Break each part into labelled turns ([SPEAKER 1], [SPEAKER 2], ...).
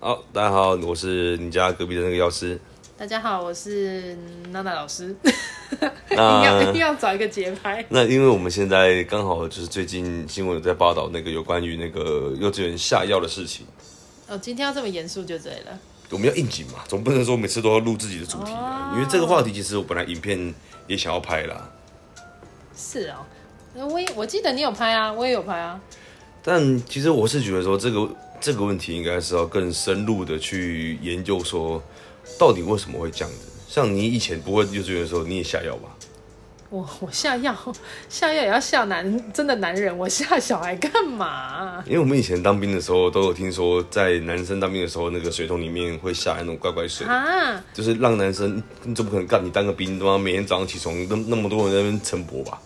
[SPEAKER 1] 好，大家好，我是你家隔壁的那个药师。
[SPEAKER 2] 大家好，我是娜娜老师，一定 要一
[SPEAKER 1] 那
[SPEAKER 2] 定要找一个节拍。
[SPEAKER 1] 那因为我们现在刚好就是最近新闻有在报道那个有关于那个幼稚园下药的事情，
[SPEAKER 2] 哦，今天要这么严肃就对了。
[SPEAKER 1] 我们要应景嘛，总不能说每次都要录自己的主题啊。因为这个话题其实我本来影片也想要拍啦，
[SPEAKER 2] 是哦，呃我也我记得你有拍啊，我也有拍啊。
[SPEAKER 1] 但其实我是觉得说这个这个问题应该是要更深入的去研究，说到底为什么会这样子。像你以前不会幼稚园的时候，你也下药吧？
[SPEAKER 2] 我我下药下药也要下男，真的男人，我下小孩干嘛啊、
[SPEAKER 1] 因为我们以前当兵的时候，都有听说，在男生当兵的时候，那个水桶里面会下那种乖乖水，
[SPEAKER 2] 啊？
[SPEAKER 1] 就是让男生，你怎么可能干？你当个兵，他妈每天早上起床，那那么多人在那边晨勃吧？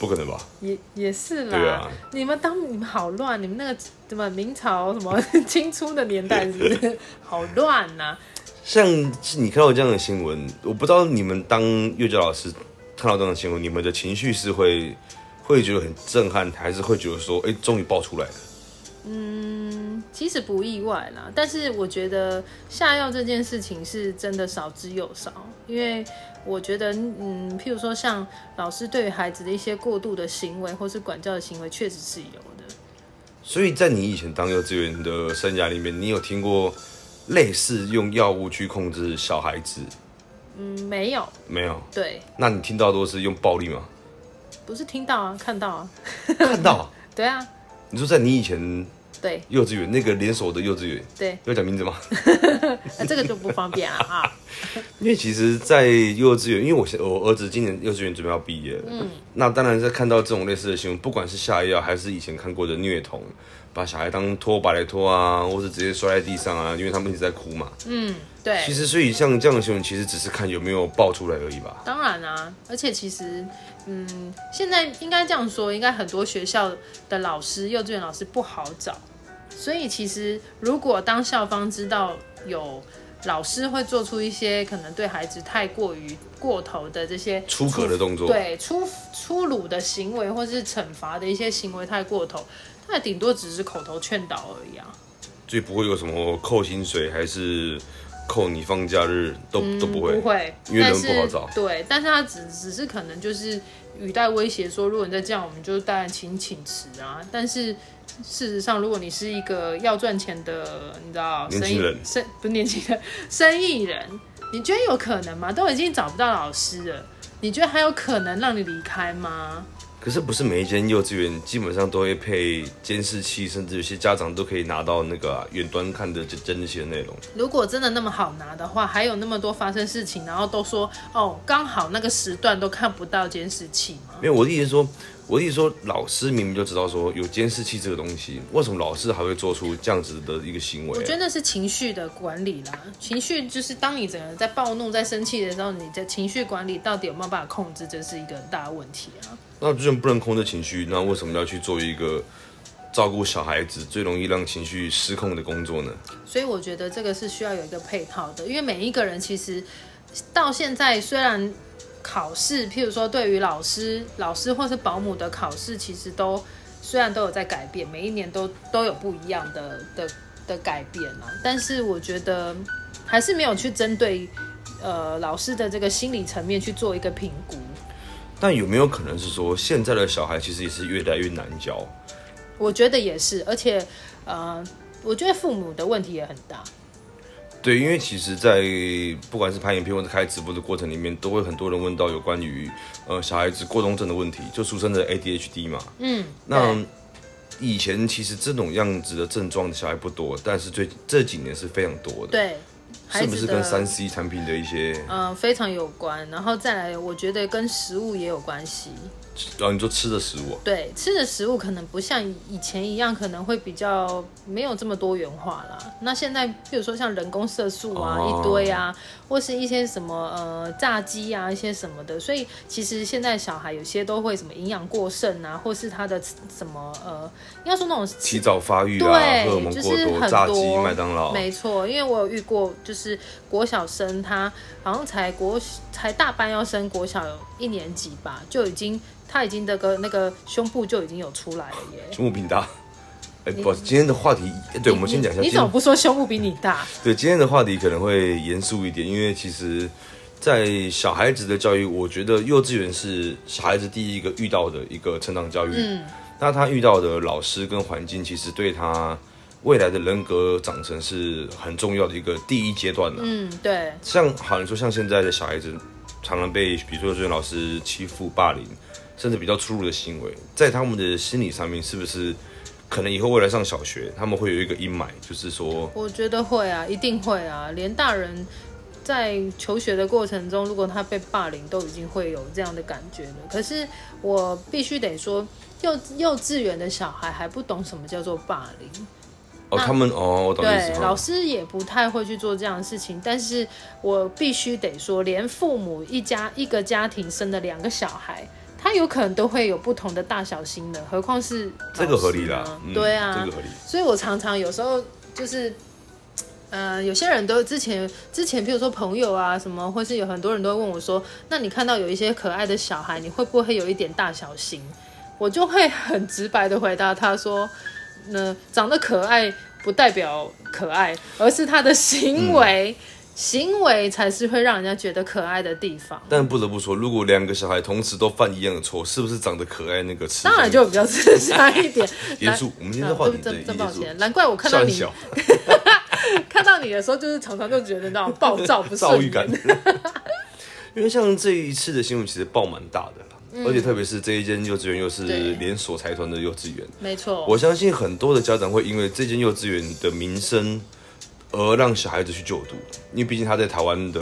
[SPEAKER 1] 不可能吧？
[SPEAKER 2] 也也是啦。
[SPEAKER 1] 对啊
[SPEAKER 2] 你们当你们好乱，你们那个什么明朝什么 清初的年代是不是好乱呐、啊
[SPEAKER 1] 像是你看到这样的新闻，我不知道你们当幼教老师看到这样的新闻，你们的情绪是会会觉得很震撼，还是会觉得说，哎、终于爆出来了？
[SPEAKER 2] 其实不意外啦，但是我觉得下药这件事情是真的少之又少，因为我觉得，嗯，譬如说像老师对于孩子的一些过度的行为或是管教的行为，确实是有的。
[SPEAKER 1] 所以在你以前当幼稚园的生涯里面，你有听过类似用药物去控制小孩子
[SPEAKER 2] 嗯，没有，
[SPEAKER 1] 没有？
[SPEAKER 2] 对，
[SPEAKER 1] 那你听到都是用暴力吗？
[SPEAKER 2] 不是听到啊，看到啊，
[SPEAKER 1] 看到？
[SPEAKER 2] 对啊，
[SPEAKER 1] 你说在你以前
[SPEAKER 2] 对
[SPEAKER 1] 幼稚园那个连锁的幼稚园，
[SPEAKER 2] 对，
[SPEAKER 1] 要讲名字吗？
[SPEAKER 2] 那、这个就不方便啊啊，
[SPEAKER 1] 因为其实，在幼稚园，因为我现我儿子今年幼稚园准备要毕业了，嗯，那当然在看到这种类似的新闻，不管是下药还是以前看过的虐童，把小孩当拖把来拖啊，或是直接摔在地上啊，因为他们一直在哭嘛。
[SPEAKER 2] 对，
[SPEAKER 1] 其实，所以像这样的新闻，其实只是看有没有爆出来而已吧。
[SPEAKER 2] 当然啊，而且其实，嗯，现在应该这样说，应该很多学校的老师、幼稚园老师不好找，所以其实如果当校方知道有老师会做出一些可能对孩子太过于过头的这些
[SPEAKER 1] 出格的动作，
[SPEAKER 2] 对粗粗鲁的行为，或是惩罚的一些行为太过头，那顶多只是口头劝导而已啊。
[SPEAKER 1] 所以不会有什么扣薪水，还是扣你放假日，都、都嗯不会。
[SPEAKER 2] 不会，
[SPEAKER 1] 因为人
[SPEAKER 2] 但是
[SPEAKER 1] 不好找
[SPEAKER 2] 对，但是他只只是可能就是语带威胁说，如果你再这样，我们就当然请请辞啊。但是事实上，如果你是一个要赚钱的，你知道，
[SPEAKER 1] 年
[SPEAKER 2] 生
[SPEAKER 1] 轻
[SPEAKER 2] 意
[SPEAKER 1] 人
[SPEAKER 2] 生不是年轻人， 生意人，你觉得有可能吗？都已经找不到老师了，你觉得还有可能让你离开吗？
[SPEAKER 1] 可是不是每一间幼稚园基本上都会配监视器，甚至有些家长都可以拿到那个啊远、端看的监监视器的内容。
[SPEAKER 2] 如果真的那么好拿的话，还有那么多发生事情，然后都说哦，刚好那个时段都看不到监视器吗？
[SPEAKER 1] 没有，我的意思是说，我的意思是说，老师明明就知道说有监视器这个东西，为什么老师还会做出这样子的一个行为
[SPEAKER 2] 我觉？得那是情绪的管理啦，情绪就是当你整个人在暴怒、在生气的时候，你的情绪管理到底有没有办法控制，这是一个很大的问题啊。
[SPEAKER 1] 那既然不能控制情绪，那为什么要去做一个照顾小孩子最容易让情绪失控的工作呢？
[SPEAKER 2] 所以我觉得这个是需要有一个配套的，因为每一个人其实到现在虽然考试，譬如说对于老师、老师或是保姆的考试，其实都虽然都有在改变，每一年都都有不一样的的的改变啊，但是我觉得还是没有去针对呃老师的这个心理层面去做一个评估。
[SPEAKER 1] 但有没有可能是说，现在的小孩其实也是越来越难教？
[SPEAKER 2] 我觉得也是，而且，呃，我觉得父母的问题也很大。
[SPEAKER 1] 对，因为其实，在不管是拍影片或者开直播的过程里面，都会很多人问到有关于呃小孩子过动症的问题，就俗称的 ADHD 嘛。
[SPEAKER 2] 嗯，
[SPEAKER 1] 那
[SPEAKER 2] 对
[SPEAKER 1] 以前其实这种样子的症状的小孩不多，但是最这几年是非常多的，
[SPEAKER 2] 对，孩
[SPEAKER 1] 是不
[SPEAKER 2] 子
[SPEAKER 1] 是
[SPEAKER 2] 的
[SPEAKER 1] 跟三 C 产品的一些
[SPEAKER 2] 嗯、非常有关。然后再来，我觉得跟食物也有关系。哦
[SPEAKER 1] 啊？你说吃的食物啊、
[SPEAKER 2] 对，吃的食物可能不像以前一样，可能会比较没有这么多元化啦。那现在，比如说像人工色素啊、
[SPEAKER 1] 哦
[SPEAKER 2] 一堆啊，或是一些什么呃炸鸡啊、一些什么的，所以其实现在小孩有些都会什么营养过剩啊，或是他的什么呃，应该说那种
[SPEAKER 1] 提早发育啊，荷尔
[SPEAKER 2] 对，
[SPEAKER 1] 蒙
[SPEAKER 2] 就
[SPEAKER 1] 过
[SPEAKER 2] 是
[SPEAKER 1] 多，
[SPEAKER 2] 很
[SPEAKER 1] 炸鸡、
[SPEAKER 2] 多
[SPEAKER 1] 麦当劳，
[SPEAKER 2] 没错，因为我有遇过，就是国小生他好像才国才大班要升国小一年级吧，就已经他已经那个那个胸部就已经有出来了耶。
[SPEAKER 1] 全部平大。哎，不，今天的话题，哎对，我们先讲一下。
[SPEAKER 2] 你
[SPEAKER 1] 今
[SPEAKER 2] 怎么
[SPEAKER 1] 天
[SPEAKER 2] 不说胸部比你大？
[SPEAKER 1] 对今天的话题可能会严肃一点，因为其实，在小孩子的教育，我觉得幼稚园是小孩子第一个遇到的一个成长教育。嗯，那他遇到的老师跟环境，其实对他未来的人格长成是很重要的一个第一阶段的、
[SPEAKER 2] 嗯，对，
[SPEAKER 1] 像好像说像现在的小孩子，常常被比如说幼稚园老师欺负、霸凌，甚至比较粗鲁的行为，在他们的心理上面，是不是可能以后未来上小学，他们会有一个阴霾，就是说，
[SPEAKER 2] 我觉得会啊，一定会啊，连大人。在求学的过程中，如果他被霸凌，都已经会有这样的感觉了。可是我必须得说，幼幼稚园的小孩还不懂什么叫做霸凌，
[SPEAKER 1] 哦，他们哦，我懂你意
[SPEAKER 2] 对
[SPEAKER 1] 思，
[SPEAKER 2] 老
[SPEAKER 1] 了。
[SPEAKER 2] 师也不太会去做这样的事情，但是我必须得说，连父母一家一个家庭生的两个小孩，他有可能都会有不同的大小心的，何况是
[SPEAKER 1] 这个合理啦
[SPEAKER 2] 老师呢，
[SPEAKER 1] 嗯
[SPEAKER 2] 对啊，
[SPEAKER 1] 这个合理。
[SPEAKER 2] 所以我常常有时候就是，呃，有些人都之前之前，比如说朋友啊什么，或是有很多人都会问我说，那你看到有一些可爱的小孩，你会不会有一点大小心？我就会很直白的回答他说，那、长得可爱不代表可爱，而是他的行为。
[SPEAKER 1] 嗯
[SPEAKER 2] 行为才是会让人家觉得可爱的地方，
[SPEAKER 1] 但不得不说，如果两个小孩同时都犯一样的错，是不是长得可爱那个词？
[SPEAKER 2] 当然就比较自相一点。 啊
[SPEAKER 1] 严肃。我们今天的话题
[SPEAKER 2] 真
[SPEAKER 1] 对
[SPEAKER 2] 真
[SPEAKER 1] 严
[SPEAKER 2] 真抱
[SPEAKER 1] 肃，
[SPEAKER 2] 歉，难怪我看
[SPEAKER 1] 笑
[SPEAKER 2] 到
[SPEAKER 1] 很
[SPEAKER 2] 你
[SPEAKER 1] 小，
[SPEAKER 2] 看到你的时候，就是常常就觉得那种暴躁不顺
[SPEAKER 1] 躁郁
[SPEAKER 2] 眼
[SPEAKER 1] 感。因为像这一次的新闻其实爆蛮大的啦，而且特别是这一间幼稚园又是
[SPEAKER 2] 嗯对
[SPEAKER 1] 连锁财团的幼稚园，
[SPEAKER 2] 没错，
[SPEAKER 1] 我相信很多的家长会因为这间幼稚园的名声而让小孩子去就读，因为毕竟他在台湾的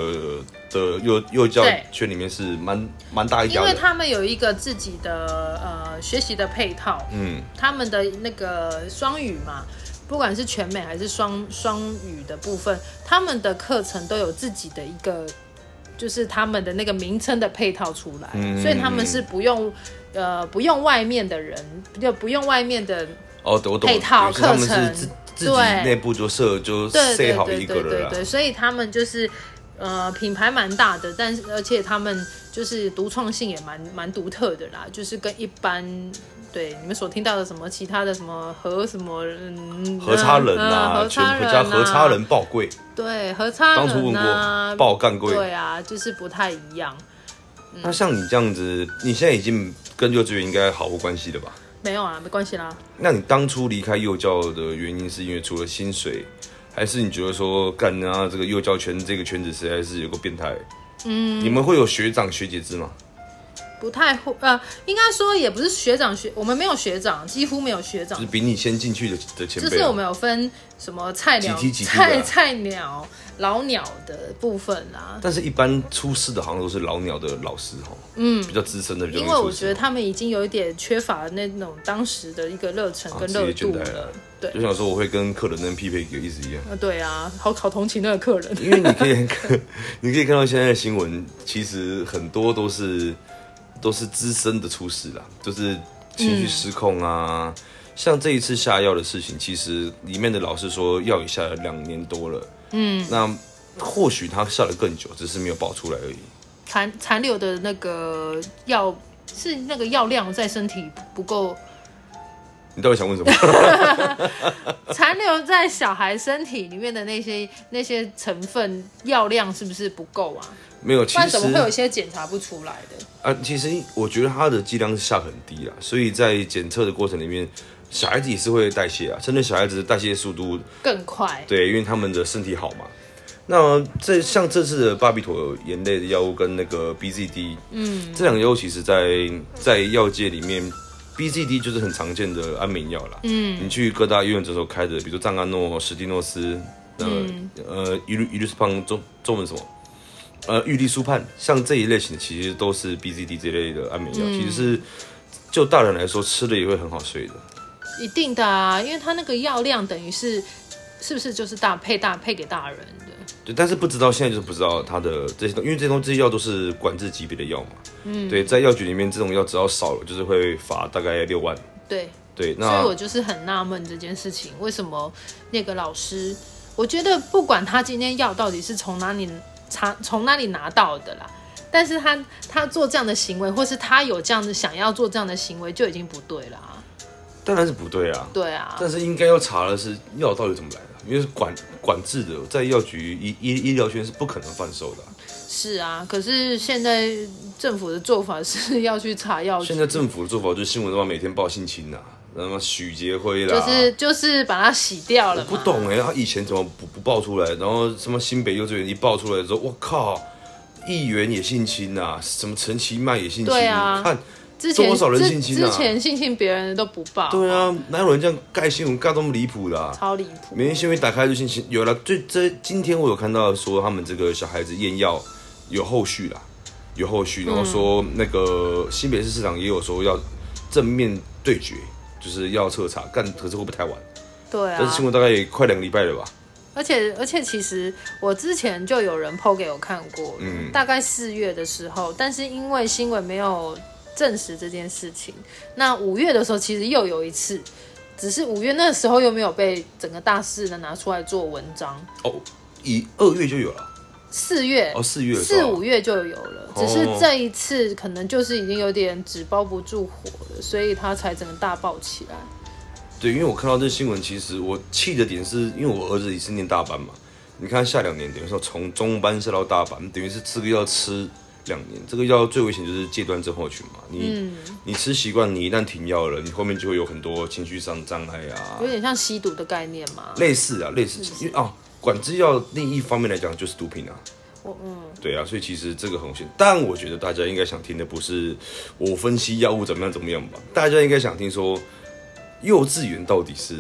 [SPEAKER 1] 的幼幼教
[SPEAKER 2] 对
[SPEAKER 1] 圈里面是蛮蛮大一
[SPEAKER 2] 因
[SPEAKER 1] 家
[SPEAKER 2] 为
[SPEAKER 1] 的，
[SPEAKER 2] 他们有一个自己的呃学习的配套，
[SPEAKER 1] 嗯，
[SPEAKER 2] 他们的那个双语嘛，不管是全美还是双双语的部分，他们的课程都有自己的一个，就是他们的那个名称的配套出来，
[SPEAKER 1] 嗯
[SPEAKER 2] 所以他们是不用呃不用外面的人，就不用外面的
[SPEAKER 1] 哦，我懂了，
[SPEAKER 2] 配套
[SPEAKER 1] 就是他们
[SPEAKER 2] 课
[SPEAKER 1] 是
[SPEAKER 2] 程
[SPEAKER 1] 自自己
[SPEAKER 2] 对
[SPEAKER 1] 内部就设就
[SPEAKER 2] 对对
[SPEAKER 1] 设好一
[SPEAKER 2] 对
[SPEAKER 1] 个啊
[SPEAKER 2] 对
[SPEAKER 1] 了
[SPEAKER 2] 对
[SPEAKER 1] 啦，
[SPEAKER 2] 对，所以他们就是呃品牌蛮大的，但是而且他们就是独创性也蛮蛮独特的啦，就是跟一般对你们所听到的什么其他的什么和什么嗯
[SPEAKER 1] 和差人
[SPEAKER 2] 嗯
[SPEAKER 1] 啊，
[SPEAKER 2] 和
[SPEAKER 1] 全
[SPEAKER 2] 差
[SPEAKER 1] 部
[SPEAKER 2] 人
[SPEAKER 1] 家
[SPEAKER 2] 啊
[SPEAKER 1] 和差人爆贵，
[SPEAKER 2] 对和差
[SPEAKER 1] 当初问
[SPEAKER 2] 人
[SPEAKER 1] 过
[SPEAKER 2] 啊
[SPEAKER 1] 爆干贵，
[SPEAKER 2] 对啊，就是不太一样。
[SPEAKER 1] 那像你这样子，你现在已经跟幼稚园应该毫无关系了吧？
[SPEAKER 2] 没有啊，没关系啦。
[SPEAKER 1] 那你当初离开幼教的原因，是因为除了薪水，还是你觉得说干啊这个幼教圈这个圈子实在是有个变态？嗯，你们会有学长学姐制吗？
[SPEAKER 2] 不太会，呃，应该说也不是学长学，我们没有学长，几乎没有学长
[SPEAKER 1] 就是比你先进去的的前辈
[SPEAKER 2] 就
[SPEAKER 1] 啊，
[SPEAKER 2] 是我们有分什么菜鸟、
[SPEAKER 1] 几梯几梯的啊
[SPEAKER 2] 菜菜鸟、老鸟的部分啊啦。
[SPEAKER 1] 但是一般出事的好像都是老鸟的老师哈，嗯，比较资深的比较
[SPEAKER 2] 因
[SPEAKER 1] 容易
[SPEAKER 2] 为我
[SPEAKER 1] 出
[SPEAKER 2] 觉
[SPEAKER 1] 事
[SPEAKER 2] 得他们已经有一点缺乏那种当时的一个热忱
[SPEAKER 1] 啊
[SPEAKER 2] 跟
[SPEAKER 1] 职
[SPEAKER 2] 热
[SPEAKER 1] 业倦
[SPEAKER 2] 度
[SPEAKER 1] 怠
[SPEAKER 2] 了。
[SPEAKER 1] 了。
[SPEAKER 2] 对
[SPEAKER 1] 就想说我会跟客人能匹配一直一样。
[SPEAKER 2] 啊，对啊，好好同情那个客人。
[SPEAKER 1] 因为你可以看，你可以看到现在的新闻，其实很多都是都是资深的出事啦，就是情绪失控啊。
[SPEAKER 2] 嗯
[SPEAKER 1] 像这一次下药的事情，其实里面的老师说药已下了两年多了，嗯，那或许他下了更久，只是没有爆出来而已。
[SPEAKER 2] 残残留的那个药是那个药量在身体不够，
[SPEAKER 1] 你到底想问什么？
[SPEAKER 2] 残留在小孩身体里面的那些那些成分药量是不是不够啊？
[SPEAKER 1] 没有，其
[SPEAKER 2] 不然
[SPEAKER 1] 实
[SPEAKER 2] 怎么会有一些检查不出来的？
[SPEAKER 1] 啊，其实我觉得它的剂量是下很低啦，所以在检测的过程里面，小孩子也是会代谢啊，甚至小孩子的代谢速度
[SPEAKER 2] 更快。
[SPEAKER 1] 对，因为他们的身体好嘛。那这像这次的巴比妥眼泪的药物跟那个 BZD，嗯，这两个药物其实在在药界里面，BZD 就是很常见的安眠药啦。嗯，你去各大医院诊所开的，比如藏安诺、史蒂诺斯，呃、呃，伊律伊律斯胖中中文什么？呃，玉立舒盼，像这一类型的其实都是 BZD 这类的安眠药，其实是就大人来说吃了也会很好睡的。
[SPEAKER 2] 一定的啊，因为它那个药量等于是是不是就是大配大配给大人的？
[SPEAKER 1] 对，但是不知道现在就是不知道它的这些东，因为这些东这些药都是管制级别的药嘛。嗯，对，在药局里面这种药只要少了，就是会罚大概六万。
[SPEAKER 2] 对，
[SPEAKER 1] 对，
[SPEAKER 2] 所以
[SPEAKER 1] 那
[SPEAKER 2] 我就是很纳闷这件事情，为什么那个老师，我觉得不管他今天药到底是从哪里查从哪里拿到的啦，但是他他做这样的行为，或是他有这样的想要做这样的行为，就已经不对了啊。
[SPEAKER 1] 当然是不对啊。
[SPEAKER 2] 对啊，
[SPEAKER 1] 但是应该要查的是药到底怎么来的，因为是管管制的，在药局医医医疗圈是不可能贩售的啊、
[SPEAKER 2] 是啊。可是现在政府的做法是要去查药局
[SPEAKER 1] 现，在政府的做法就是新闻的话，每天报性侵呐、啊，那么许杰辉啦，
[SPEAKER 2] 就是就是把它洗掉了
[SPEAKER 1] 我
[SPEAKER 2] 嘛。
[SPEAKER 1] 不懂哎、他以前怎么不不爆出来？然后什么新北幼稚园一爆出来之后，我靠，议员也性侵呐、什么陈其迈也性侵，
[SPEAKER 2] 对啊
[SPEAKER 1] 你看
[SPEAKER 2] 之前
[SPEAKER 1] 多少人
[SPEAKER 2] 之
[SPEAKER 1] 性侵啊
[SPEAKER 2] 之前性侵别人的都不报，
[SPEAKER 1] 对啊，哪有人这样盖新闻盖这么离谱的、啊？
[SPEAKER 2] 超离谱。
[SPEAKER 1] 每天新闻一打开就性侵，有了，最这今天我有看到说他们这个小孩子验药有后续啦，有后续，然后说那个新北市市长也有说要正面对决，就是要彻查，干可是会不会太晚？
[SPEAKER 2] 对啊，
[SPEAKER 1] 但是新闻大概也快两个礼拜了吧？
[SPEAKER 2] 而且而且，其实我之前就有人 PO 给我看过，
[SPEAKER 1] 嗯
[SPEAKER 2] 大概四月的时候，但是因为新闻没有证实这件事情，那五月的时候其实又有一次，只是五月那时候又没有被整个大肆的拿出来做文章，
[SPEAKER 1] 哦，一二月就有了。
[SPEAKER 2] 四月
[SPEAKER 1] 哦，四月的时
[SPEAKER 2] 四
[SPEAKER 1] 候啊
[SPEAKER 2] 五月就有了，只是这一次可能就是已经有点纸包不住火了，所以它才整个大爆起来。
[SPEAKER 1] 对，因为我看到这新闻，其实我气的点是因为我儿子也是念大班嘛，你看他下两年等于说从中班下到大班，等于是吃个药吃两年，这个药最危险就是戒断症候群嘛，你、你吃习惯，你一旦停药了，你后面就会有很多情绪上障碍啊
[SPEAKER 2] 有，点像吸毒的概念嘛，
[SPEAKER 1] 类似啊，类似，因为哦，管制药另一方面来讲就是毒品啊，
[SPEAKER 2] 我嗯，
[SPEAKER 1] 对啊，所以其实这个很危险。但我觉得大家应该想听的不是我分析药物怎么样怎么样吧，大家应该想听说幼稚园到底是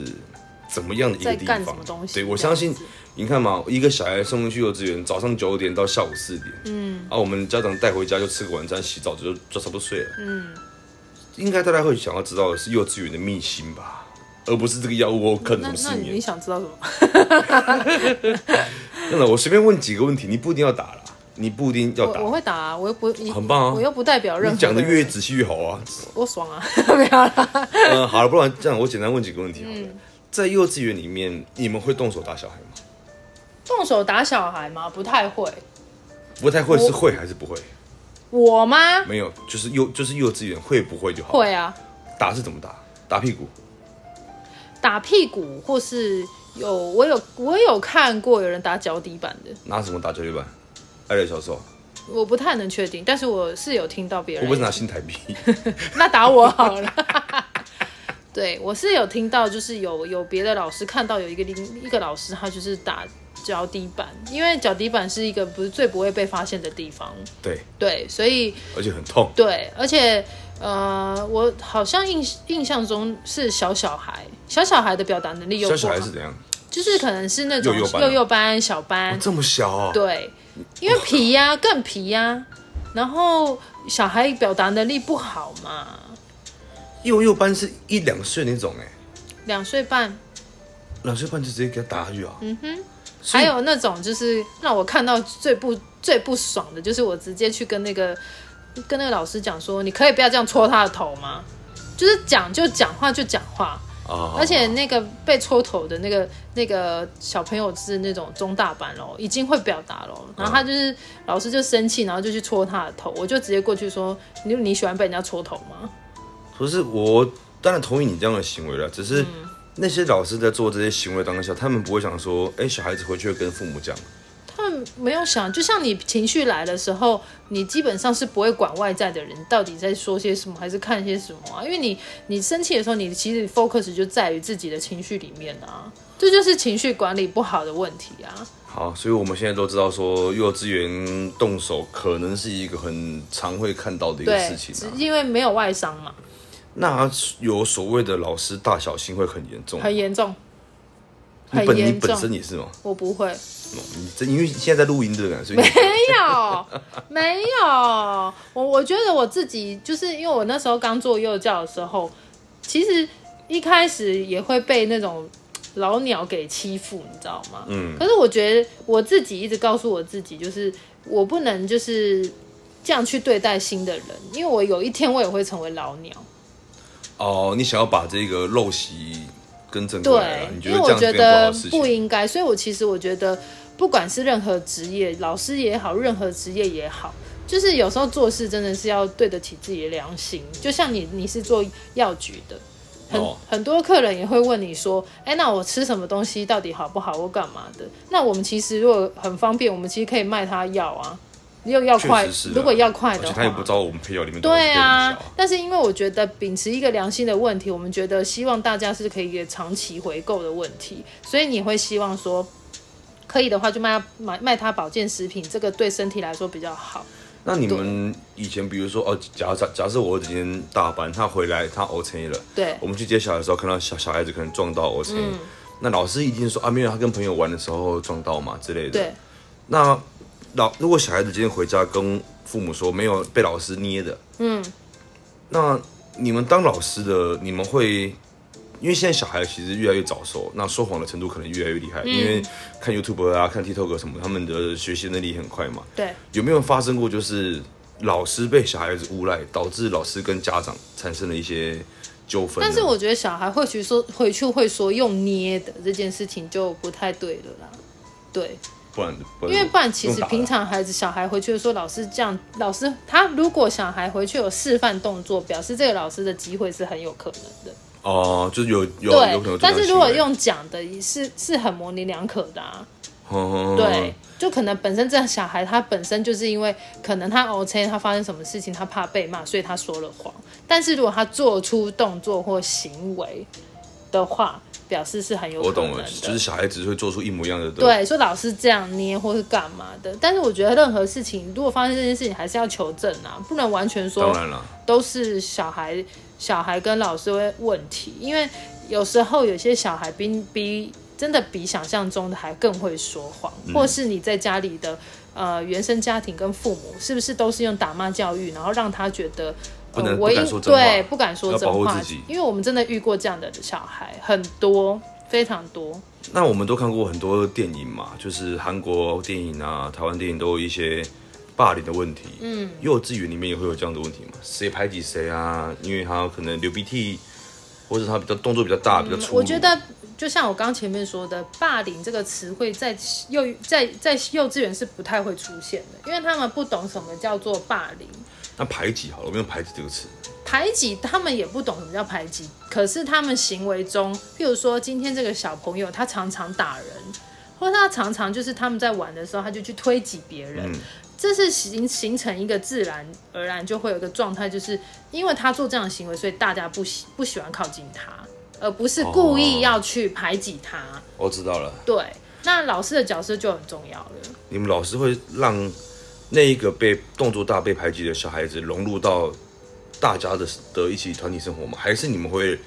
[SPEAKER 1] 怎么样的一个
[SPEAKER 2] 在
[SPEAKER 1] 地
[SPEAKER 2] 干什
[SPEAKER 1] 方
[SPEAKER 2] 么东。西？
[SPEAKER 1] 对，我
[SPEAKER 2] 这
[SPEAKER 1] 相
[SPEAKER 2] 样
[SPEAKER 1] 信
[SPEAKER 2] 子
[SPEAKER 1] 你看嘛，一个小孩送去幼稚园，早上九点到下午四点，嗯，啊，我们家长带回家就吃个晚餐，洗澡就就差不多睡了，嗯，应该大家会想要知道的是幼稚园的秘辛吧，而不是这个药物我啃什
[SPEAKER 2] 那
[SPEAKER 1] 么
[SPEAKER 2] 那
[SPEAKER 1] 四
[SPEAKER 2] 你
[SPEAKER 1] 年
[SPEAKER 2] 你。想知道什么？
[SPEAKER 1] 真的，我随便问几个问题，你不一定要答啦，你不一定要答
[SPEAKER 2] 我我。会打、啊，我又不你
[SPEAKER 1] 很棒啊
[SPEAKER 2] 我又不代表任
[SPEAKER 1] 你
[SPEAKER 2] 何
[SPEAKER 1] 讲的
[SPEAKER 2] 人
[SPEAKER 1] 越仔细越好 啊！
[SPEAKER 2] 我爽啊，没有啦。
[SPEAKER 1] 嗯，好了，不然这样，我简单问几个问题好了。
[SPEAKER 2] 嗯
[SPEAKER 1] 在幼稚园里面，你们会动手打小孩吗？
[SPEAKER 2] 动手打小孩吗？不太会。
[SPEAKER 1] 不太会，
[SPEAKER 2] 我
[SPEAKER 1] 是会还是不会？
[SPEAKER 2] 我吗？
[SPEAKER 1] 没有，就是幼就是幼稚园会不会就好。
[SPEAKER 2] 会啊，
[SPEAKER 1] 打是怎么打？打屁股。
[SPEAKER 2] 打屁股或是有我有我有看过有人打脚底板的，
[SPEAKER 1] 拿什么打交流板？艾瑞小手
[SPEAKER 2] 我不太能确定，但是我是有听到别
[SPEAKER 1] 会
[SPEAKER 2] 人
[SPEAKER 1] 不会是拿新台 币？
[SPEAKER 2] 那打我好了。 对，我是有听到，就是有有别的老师看到有一个另一个老师，他就是打脚底板，因为脚底板是一个不是最不会被发现的地方，
[SPEAKER 1] 对，
[SPEAKER 2] 对，所以
[SPEAKER 1] 而且很痛。
[SPEAKER 2] 对，而且呃，我好像印印象中是小小孩，小小孩的表达能力又不
[SPEAKER 1] 小
[SPEAKER 2] 好，
[SPEAKER 1] 小孩是怎样？
[SPEAKER 2] 就是可能是那种
[SPEAKER 1] 幼幼班啊
[SPEAKER 2] 幼幼班、小班，
[SPEAKER 1] 这么小哦。
[SPEAKER 2] 嗯对，因为皮呀、更皮呀、然后小孩表达能力不好嘛，
[SPEAKER 1] 幼幼班是一两岁那种哎，
[SPEAKER 2] 两岁半，
[SPEAKER 1] 两岁半就直接给他打下去啊。嗯哼。
[SPEAKER 2] 还有那种就是让我看到最不最不爽的，就是我直接去跟那个跟那个老师讲说，你可以不要这样戳他的头吗？就是讲就讲话就讲话，
[SPEAKER 1] 啊，
[SPEAKER 2] 而且那个被戳头的那个那个小朋友是那种中大班咯，已经会表达咯。然后他就是、老师就生气，然后就去戳他的头，我就直接过去说：“你你喜欢被人家戳头吗
[SPEAKER 1] 不是我，当然同意你这样的行为了，只
[SPEAKER 2] 嗯
[SPEAKER 1] 是那些老师在做这些行为当下，他们不会想说，哎、小孩子回去会跟父母讲，？”
[SPEAKER 2] 他们没有想，就像你情绪来的时候，你基本上是不会管外在的人到底在说些什么，还是看些什么啊？因为你你生气的时候，你其实 focus 就在于自己的情绪里面啊，这就是情绪管理不好的问题啊。
[SPEAKER 1] 好，所以我们现在都知道说，幼稚园动手可能是一个很常会看到的一个
[SPEAKER 2] 对
[SPEAKER 1] 事，情
[SPEAKER 2] 只
[SPEAKER 1] 啊。
[SPEAKER 2] 因为没有外伤嘛，
[SPEAKER 1] 那有所谓的老师大小心会很严重，
[SPEAKER 2] 很严重，
[SPEAKER 1] 你
[SPEAKER 2] 很
[SPEAKER 1] 本你
[SPEAKER 2] 严
[SPEAKER 1] 本
[SPEAKER 2] 重。
[SPEAKER 1] 身也是吗？
[SPEAKER 2] 我不会，
[SPEAKER 1] 你这因为现在在录音这个，所以你
[SPEAKER 2] 没有，没有。我我觉得我自己就是因为我那时候刚做幼教的时候，其实一开始也会被那种老鸟给欺负，你知道吗？嗯。可是我觉得我自己一直告诉我自己，就是我不能就是这样去对待新的人，因为我有一天我也会成为老鸟。
[SPEAKER 1] 哦，你想要把这个陋习更正过来
[SPEAKER 2] 对
[SPEAKER 1] 了，啊你，觉
[SPEAKER 2] 因
[SPEAKER 1] 得这
[SPEAKER 2] 为我
[SPEAKER 1] 样是
[SPEAKER 2] 觉
[SPEAKER 1] 更不好
[SPEAKER 2] 得
[SPEAKER 1] 的事
[SPEAKER 2] 不
[SPEAKER 1] 情？
[SPEAKER 2] 应该，所以我其实我觉得，不管是任何职业，老师也好，任何职业也好，就是有时候做事真的是要对得起自己的良心。就像你，你是做药局的，很、
[SPEAKER 1] 哦
[SPEAKER 2] 很多客人也会问你说，哎，那我吃什么东西到底好不好，或干嘛的？那我们其实如果很方便，我们其实可以卖他药啊，又要快
[SPEAKER 1] 确实，是啊
[SPEAKER 2] 如果要快
[SPEAKER 1] 而
[SPEAKER 2] 的
[SPEAKER 1] 且
[SPEAKER 2] 话，
[SPEAKER 1] 他也不知道我们配药里面都
[SPEAKER 2] 对
[SPEAKER 1] 啊
[SPEAKER 2] 啊，，但是因为我觉得秉持一个良心的问题，我们觉得希望大家是可以长期回购的问题，所以你会希望说，可以的话就卖它买卖它保健食品，这个对身体来说比较好。
[SPEAKER 1] 那你们以前比如说哦，假假假设我儿子今天大班，他回来他 O C 了，
[SPEAKER 2] 对嗯
[SPEAKER 1] 我们去接小孩的时候看到小小孩子可能撞到 O C，、那老师一定说啊没有，他跟朋友玩的时候撞到嘛之类的。
[SPEAKER 2] 对，
[SPEAKER 1] 那老如果小孩子今天回家跟父母说没有被老师捏的，嗯，那你们当老师的，你们会因为现在小孩其实越来越早熟，那说谎的程度可能越来越厉
[SPEAKER 2] 嗯
[SPEAKER 1] 害，因为看 YouTube 啊、看 TikTok 什么，他们的学习能力很快嘛。
[SPEAKER 2] 对，
[SPEAKER 1] 有没有发生过就是老师被小孩子诬赖，导致老师跟家长产生了一些纠纷呢？
[SPEAKER 2] 但是我觉得小孩会去说回去会说用捏的这件事情就不太对了啦。对，
[SPEAKER 1] 不然不然
[SPEAKER 2] 因为不然，其
[SPEAKER 1] 用啊
[SPEAKER 2] 实
[SPEAKER 1] 打的
[SPEAKER 2] 平常孩子小孩回去就说老师这样，老师他如果小孩回去有示范动作，表示这个老师的机会是很有可能的。
[SPEAKER 1] 哦、就是有有有可能有
[SPEAKER 2] 对，
[SPEAKER 1] 这
[SPEAKER 2] 但
[SPEAKER 1] 样
[SPEAKER 2] 是
[SPEAKER 1] 的
[SPEAKER 2] 如果
[SPEAKER 1] 行为
[SPEAKER 2] 用讲的，是是很模棱两可的啊。
[SPEAKER 1] 哦
[SPEAKER 2] 对，就可能本身这小孩他本身就是因为可能他 OK，他发生什么事情，他怕被骂，所以他说了谎。但是如果他做出动作或行为的话，表示是很有可
[SPEAKER 1] 我
[SPEAKER 2] 能的。
[SPEAKER 1] 懂了，就是小孩子会做出一模一样的对
[SPEAKER 2] 对，说老师这样捏或是干嘛的，但是我觉得任何事情，如果发生这件事情，还是要求证啊，不能完全
[SPEAKER 1] 当
[SPEAKER 2] 说
[SPEAKER 1] 然了，
[SPEAKER 2] 都是小孩小孩跟老师会问题，因为有时候有些小孩比比真的比想象中的还更会说谎，
[SPEAKER 1] 嗯
[SPEAKER 2] 或是你在家里的呃原生家庭跟父母是不是都是用打骂教育，然后让他觉得。
[SPEAKER 1] 不能
[SPEAKER 2] 呃我
[SPEAKER 1] 不敢
[SPEAKER 2] 应
[SPEAKER 1] 说真话
[SPEAKER 2] 对不敢说
[SPEAKER 1] 要
[SPEAKER 2] 真
[SPEAKER 1] 保护
[SPEAKER 2] 话
[SPEAKER 1] 自己，
[SPEAKER 2] 因为我们真的遇过这样的小孩很多，非常多。
[SPEAKER 1] 那我们都看过很多电影嘛，就是韩国电影啊、台湾电影都有一些霸凌的问题。嗯，幼稚园里面也会有这样的问题嘛，谁排挤谁啊？因为他可能流鼻涕，或者他比较动作比较大、比较粗鲁。
[SPEAKER 2] 嗯我觉得就像我刚前面说的，霸凌这个词汇在幼在在幼稚园是不太会出现的，因为他们不懂什么叫做霸凌。
[SPEAKER 1] 那排挤好了，我们用排挤这个词。
[SPEAKER 2] 排挤，他们也不懂什么叫排挤，可是他们行为中，譬如说今天这个小朋友他常常打人，或者他常常就是他们在玩的时候，他就去推挤别人，这是形形成一个自然而然就会有一个状态，就是因为他做这样的行为，所以大家不喜不喜欢靠近他，而不是故意要去排挤他。
[SPEAKER 1] 我知道了，
[SPEAKER 2] 对，那老师的角色就很重要了。
[SPEAKER 1] 你们老师会让那一个被动作大、被排挤的小孩子融入到大家的的一起团体生活吗？还是你们会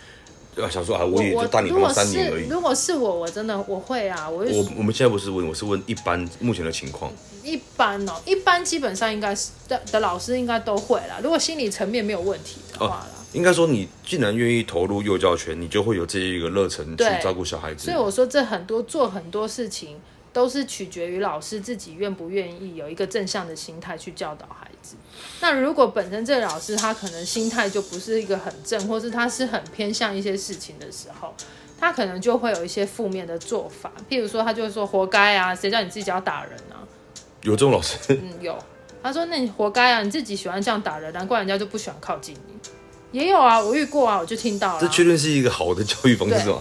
[SPEAKER 1] 呃想说啊，我也
[SPEAKER 2] 我
[SPEAKER 1] 就大你他
[SPEAKER 2] 如
[SPEAKER 1] 妈
[SPEAKER 2] 果
[SPEAKER 1] 三年而
[SPEAKER 2] 是
[SPEAKER 1] 已？
[SPEAKER 2] 如果是我，我真的我会啊，我会
[SPEAKER 1] 我我们现在不是问，我是问一般目前的情况。
[SPEAKER 2] 一般哦，一般基本上应该是的的老师应该都会啦。如果心理层面没有问题的话啦，
[SPEAKER 1] 应该说，你既然愿意投入幼教圈，你就会有这一个热忱去
[SPEAKER 2] 对
[SPEAKER 1] 照顾小孩子。
[SPEAKER 2] 所以我说这很多做很多事情都是取决于老师自己愿不愿意有一个正向的心态去教导孩子。那如果本身这个老师他可能心态就不是一个很正，或是他是很偏向一些事情的时候。他可能就会有一些负面的做法，譬如说，他就会说“活该啊，谁叫你自己要打人啊”，
[SPEAKER 1] 有这种老师，
[SPEAKER 2] 嗯，有。他说：“那你活该啊，你自己喜欢这样打人，啊难怪人家就不喜欢靠近你。”也有啊，我遇过啊，我就听到
[SPEAKER 1] 这
[SPEAKER 2] 了。
[SPEAKER 1] 确定是一个好的教育方式吗？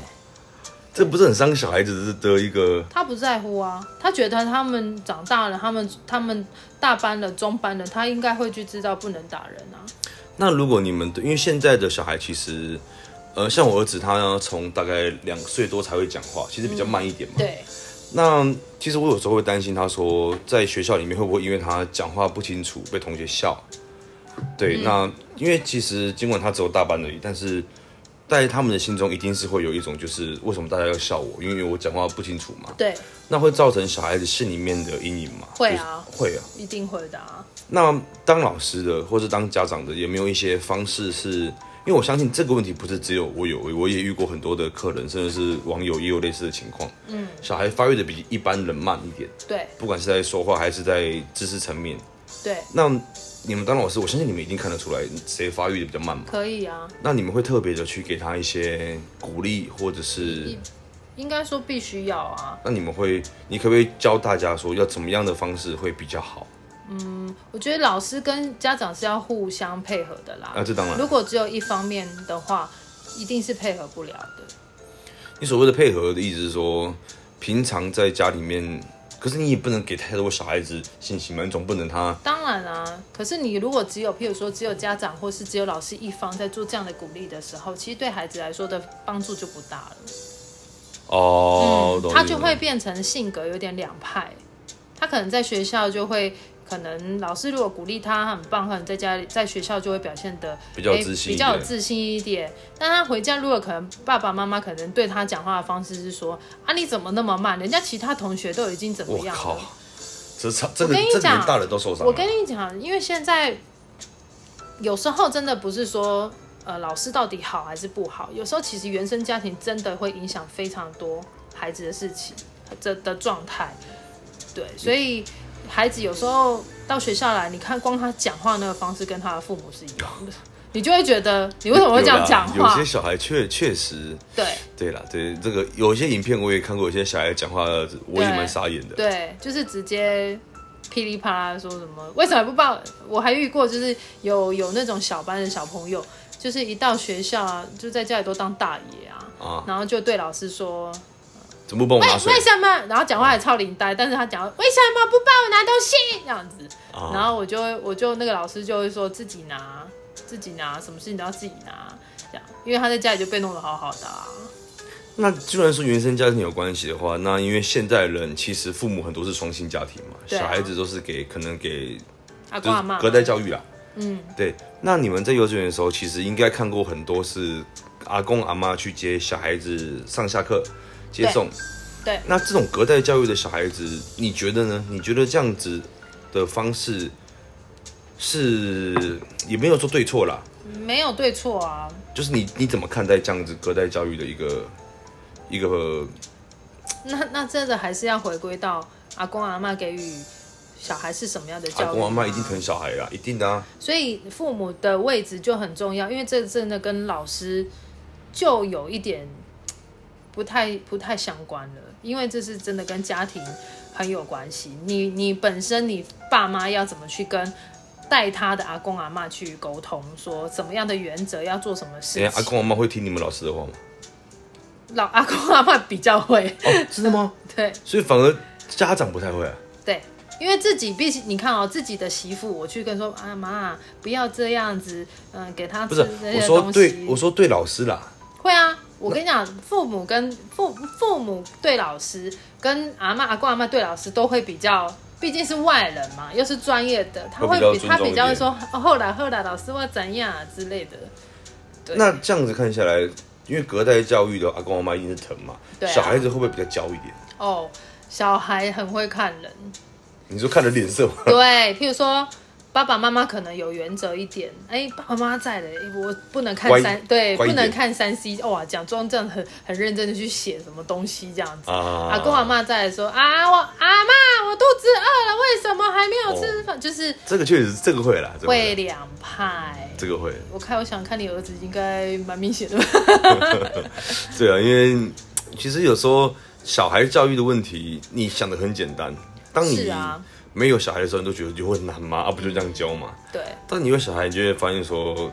[SPEAKER 1] 这不是很伤小孩子的一个
[SPEAKER 2] 他不在乎啊，他觉得他们长大了，他们他们大班了、中班了，他应该会去知道不能打人啊。
[SPEAKER 1] 那如果你们的，因为现在的小孩其实，呃，像我儿子他呢从大概两岁多才会讲话，其实比较慢一点嘛。
[SPEAKER 2] 对，
[SPEAKER 1] 那其实我有时候会担心，他说在学校里面会不会因为他讲话不清楚被同学笑？
[SPEAKER 2] 嗯
[SPEAKER 1] 对，那因为其实尽管他只有大班而已，但是在他们的心中一定是会有一种就是为什么大家要笑我，因为我讲话不清楚嘛。
[SPEAKER 2] 对，
[SPEAKER 1] 那会造成小孩子心里面的阴影嘛？
[SPEAKER 2] 会啊
[SPEAKER 1] 就是会啊。
[SPEAKER 2] 一定会的啊。
[SPEAKER 1] 那当老师的或是当家长的，有没有一些方式是？因为我相信这个问题不是只有我有，我也遇过很多的客人，甚至是网友也有类似的情况。嗯，小孩发育的比一般人慢一点，
[SPEAKER 2] 对
[SPEAKER 1] 不管是在说话还是在知识层面。
[SPEAKER 2] 对，
[SPEAKER 1] 那你们当老师，我相信你们一定看得出来谁发育的比较慢嘛？
[SPEAKER 2] 可以啊。
[SPEAKER 1] 那你们会特别的去给他一些鼓励，或者是
[SPEAKER 2] 应该说必须要啊。
[SPEAKER 1] 那你们会，你可不可以教大家说要怎么样的方式会比较好？
[SPEAKER 2] 我觉得老师跟家长是要互相配合的啦。
[SPEAKER 1] 啊，这当然
[SPEAKER 2] 如果只有一方面的话，一定是配合不了的。
[SPEAKER 1] 你所谓的配合的意思是说，平常在家里面，可是你也不能给太多小孩子信心嘛，你总不能他
[SPEAKER 2] 当然啊，可是你如果只有，譬如说只有家长或是只有老师一方在做这样的鼓励的时候，其实对孩子来说的帮助就不大了。
[SPEAKER 1] 哦，懂
[SPEAKER 2] 嗯他
[SPEAKER 1] 你
[SPEAKER 2] 就
[SPEAKER 1] 意思
[SPEAKER 2] 会变成性格有点两派。他可能在学校就会，可能老师如果鼓励他他很棒，可能在家里在学校就会表现的
[SPEAKER 1] 比较自信一点
[SPEAKER 2] 比较有自信一点。但他回家如果可能爸爸妈妈可能对他讲话的方式是说啊你怎么那么慢，人家其他同学都已经怎么
[SPEAKER 1] 我
[SPEAKER 2] 样
[SPEAKER 1] 靠
[SPEAKER 2] 了。，
[SPEAKER 1] 这差这个
[SPEAKER 2] 我跟你
[SPEAKER 1] 这个
[SPEAKER 2] 讲
[SPEAKER 1] 连大人都受伤了。
[SPEAKER 2] 我跟你讲，因为现在有时候真的不是说呃老师到底好还是不好，有时候其实原生家庭真的会影响非常多孩子的事情这的状态。对，所以孩子有时候到学校来，你看光他讲话那个方式跟他的父母是一样的，你就会觉得你为什么会这样讲
[SPEAKER 1] 有啦
[SPEAKER 2] 话
[SPEAKER 1] 有些？小孩确确实，
[SPEAKER 2] 对
[SPEAKER 1] 对啦，对这个有一些影片我也看过，有些小孩讲话我也蛮傻眼的。
[SPEAKER 2] 对，就是直接噼里啪啦地说什么为什么不报？我还遇过，就是有有那种小班的小朋友，就是一到学校啊，就在家里都当大爷啊，
[SPEAKER 1] 啊
[SPEAKER 2] 然后就对老师说
[SPEAKER 1] 怎么不帮我
[SPEAKER 2] 为
[SPEAKER 1] 拿水
[SPEAKER 2] 为什么？然后讲话还超领带，但是他讲为什么不帮我拿东西这样子，
[SPEAKER 1] 啊？
[SPEAKER 2] 然后我就会我就那个老师就会说自己拿自己拿，什么事情都要自己拿。这样，因为他在家里就被弄得好好的啊，
[SPEAKER 1] 那既然说原生家庭有关系的话，那因为现代人其实父母很多是双性家庭嘛，
[SPEAKER 2] 对啊
[SPEAKER 1] 小孩子都是给可能给
[SPEAKER 2] 阿
[SPEAKER 1] 就
[SPEAKER 2] 公
[SPEAKER 1] 是
[SPEAKER 2] 阿妈
[SPEAKER 1] 隔代教育啦。
[SPEAKER 2] 嗯，
[SPEAKER 1] 对。那你们在幼稚园的时候，其实应该看过很多是阿公阿妈去接小孩子上下课接送。
[SPEAKER 2] 对
[SPEAKER 1] 那这种隔代教育的小孩子，你觉得呢？你觉得这样子的方式是也没有说对错啦，
[SPEAKER 2] 没有对错啊，
[SPEAKER 1] 就是你你怎么看待这样子隔代教育的一个一个
[SPEAKER 2] 那那真的还是要回归到阿公阿妈给予小孩是什么样的教
[SPEAKER 1] 阿
[SPEAKER 2] 育、啊
[SPEAKER 1] 公阿妈一定疼，小孩啦，一定的啊。
[SPEAKER 2] 所以父母的位置就很重要，因为这真的跟老师就有一点不太不太相关了，因为这是真的跟家庭很有关系。你你本身你爸妈要怎么去跟带他的阿公阿妈去沟通，说怎么样的原则要做什么事
[SPEAKER 1] 等一
[SPEAKER 2] 情？
[SPEAKER 1] 哎下阿公阿妈会听你们老师的话吗？
[SPEAKER 2] 老阿公阿妈比较会，
[SPEAKER 1] 哦，真的吗？
[SPEAKER 2] 对。
[SPEAKER 1] 所以反而家长不太会啊。
[SPEAKER 2] 对，因为自己毕竟你看哦，自己的媳妇，我去跟说啊妈，不要这样子，嗯，给他
[SPEAKER 1] 不
[SPEAKER 2] 吃
[SPEAKER 1] 是，
[SPEAKER 2] 那
[SPEAKER 1] 我
[SPEAKER 2] 些
[SPEAKER 1] 说
[SPEAKER 2] 东
[SPEAKER 1] 对，我
[SPEAKER 2] 西。
[SPEAKER 1] 说对老师啦，
[SPEAKER 2] 会啊，我跟你讲，父母跟父父母对老师，跟阿妈阿公阿妈对老师都会比较。毕竟是外人嘛，又是专业的，他
[SPEAKER 1] 会
[SPEAKER 2] 会
[SPEAKER 1] 比较
[SPEAKER 2] 比他
[SPEAKER 1] 尊重
[SPEAKER 2] 比较
[SPEAKER 1] 一
[SPEAKER 2] 会
[SPEAKER 1] 点
[SPEAKER 2] 说，哦后来后来老师会怎样、啊、之类的。对
[SPEAKER 1] 那这样子看下来，因为隔代教育的阿公阿妈一定是疼嘛，
[SPEAKER 2] 对啊
[SPEAKER 1] 小孩子会不会比较娇一点？
[SPEAKER 2] 哦，小孩很会看人，
[SPEAKER 1] 你说看人脸色吗？
[SPEAKER 2] 对，譬如说爸爸妈妈可能有原则一点，哎、爸爸妈妈在的、哎我不能看
[SPEAKER 1] 乖
[SPEAKER 2] 三，对，
[SPEAKER 1] 乖
[SPEAKER 2] 不
[SPEAKER 1] 一
[SPEAKER 2] 能
[SPEAKER 1] 点
[SPEAKER 2] 看三 C，哇，讲庄正很很认真的去写什么东西这样子。
[SPEAKER 1] 啊
[SPEAKER 2] 阿公阿妈在的说啊，我阿妈，我肚子饿了，为什么还没有吃
[SPEAKER 1] 哦
[SPEAKER 2] 饭？就是
[SPEAKER 1] 这个确实这个会啦，这个
[SPEAKER 2] 会
[SPEAKER 1] 会
[SPEAKER 2] 两派。
[SPEAKER 1] 这个会，
[SPEAKER 2] 我看，我想看你儿子应该蛮 明显的吧？
[SPEAKER 1] 对啊，因为其实有时候小孩教育的问题，你想的很简单，当
[SPEAKER 2] 是
[SPEAKER 1] 你
[SPEAKER 2] 啊
[SPEAKER 1] 没有小孩的时候，你都觉得就会很难嘛，啊不就这样教嘛？
[SPEAKER 2] 对，
[SPEAKER 1] 但你有小孩，你就会发现说，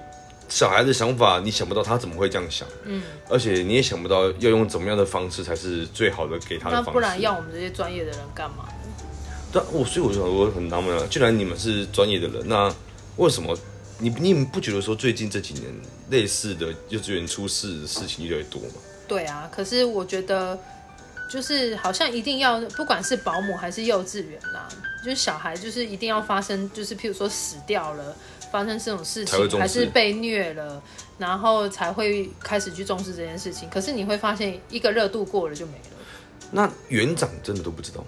[SPEAKER 1] 小孩的想法你想不到他怎么会这样想，嗯，而且你也想不到要用怎么样的方式才是最好的给他的
[SPEAKER 2] 那
[SPEAKER 1] 方式，
[SPEAKER 2] 不然要我们这些专业的人干嘛？
[SPEAKER 1] 但我所以我就我很纳闷啊，既然你们是专业的人，那为什么你你们不觉得说最近这几年类似的幼稚园出事的事情越来越多吗？
[SPEAKER 2] 对啊，可是我觉得就是好像一定要，不管是保姆还是幼稚园啦，就是小孩就是一定要发生，就是譬如说死掉了，发生这种事
[SPEAKER 1] 才会
[SPEAKER 2] 情，
[SPEAKER 1] 重视
[SPEAKER 2] 还是被虐了，然后才会开始去重视这件事情。可是你会发现，一个热度过了就没了，
[SPEAKER 1] 那园长真的都不知道吗？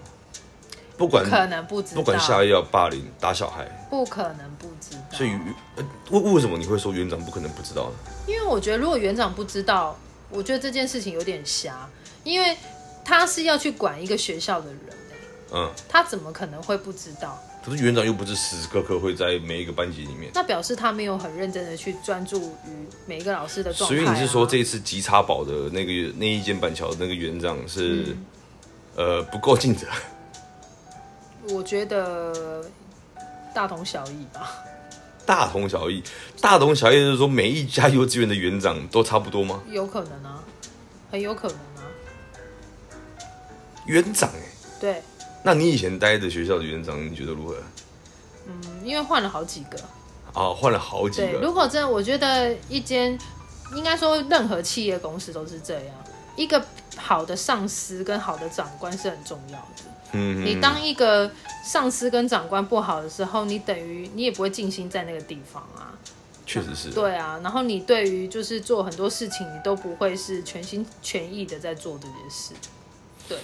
[SPEAKER 1] 不管
[SPEAKER 2] 可能不知道，
[SPEAKER 1] 不管下药霸凌打小孩，
[SPEAKER 2] 不可能不知道。
[SPEAKER 1] 所以呃为、为什么你会说园长不可能不知道呢？
[SPEAKER 2] 因为我觉得如果园长不知道，我觉得这件事情有点瞎，因为他是要去管一个学校的人、欸
[SPEAKER 1] 嗯，
[SPEAKER 2] 他怎么可能会不知道？
[SPEAKER 1] 可是园长又不是时时刻刻会在每一个班级里面，
[SPEAKER 2] 那表示他没有很认真的去专注于每一个老师的状
[SPEAKER 1] 所
[SPEAKER 2] 态、
[SPEAKER 1] 以
[SPEAKER 2] 啊。
[SPEAKER 1] 你是说这一次吉叉堡的那个那一间板桥的那个园长是、呃不够尽责？
[SPEAKER 2] 我觉得大同小异吧。
[SPEAKER 1] 大同小异。大同小异就是说，每一家幼稚园的园长都差不多吗？
[SPEAKER 2] 有可能啊，很有可能啊。
[SPEAKER 1] 园长哎、
[SPEAKER 2] 对，
[SPEAKER 1] 那你以前待的学校的园长，你觉得如何？
[SPEAKER 2] 嗯因为换了好几个。
[SPEAKER 1] 啊，换了好几
[SPEAKER 2] 对，
[SPEAKER 1] 个
[SPEAKER 2] 如果真的，我觉得一间应该说任何企业公司都是这样，一个好的上司跟好的长官是很重要的。
[SPEAKER 1] 嗯，
[SPEAKER 2] 你当一个上司跟长官不好的时候，你等于你也不会尽心在那个地方啊。
[SPEAKER 1] 确实是。
[SPEAKER 2] 对啊，然后你对于就是做很多事情，你都不会是全心全意的在做这件事。对，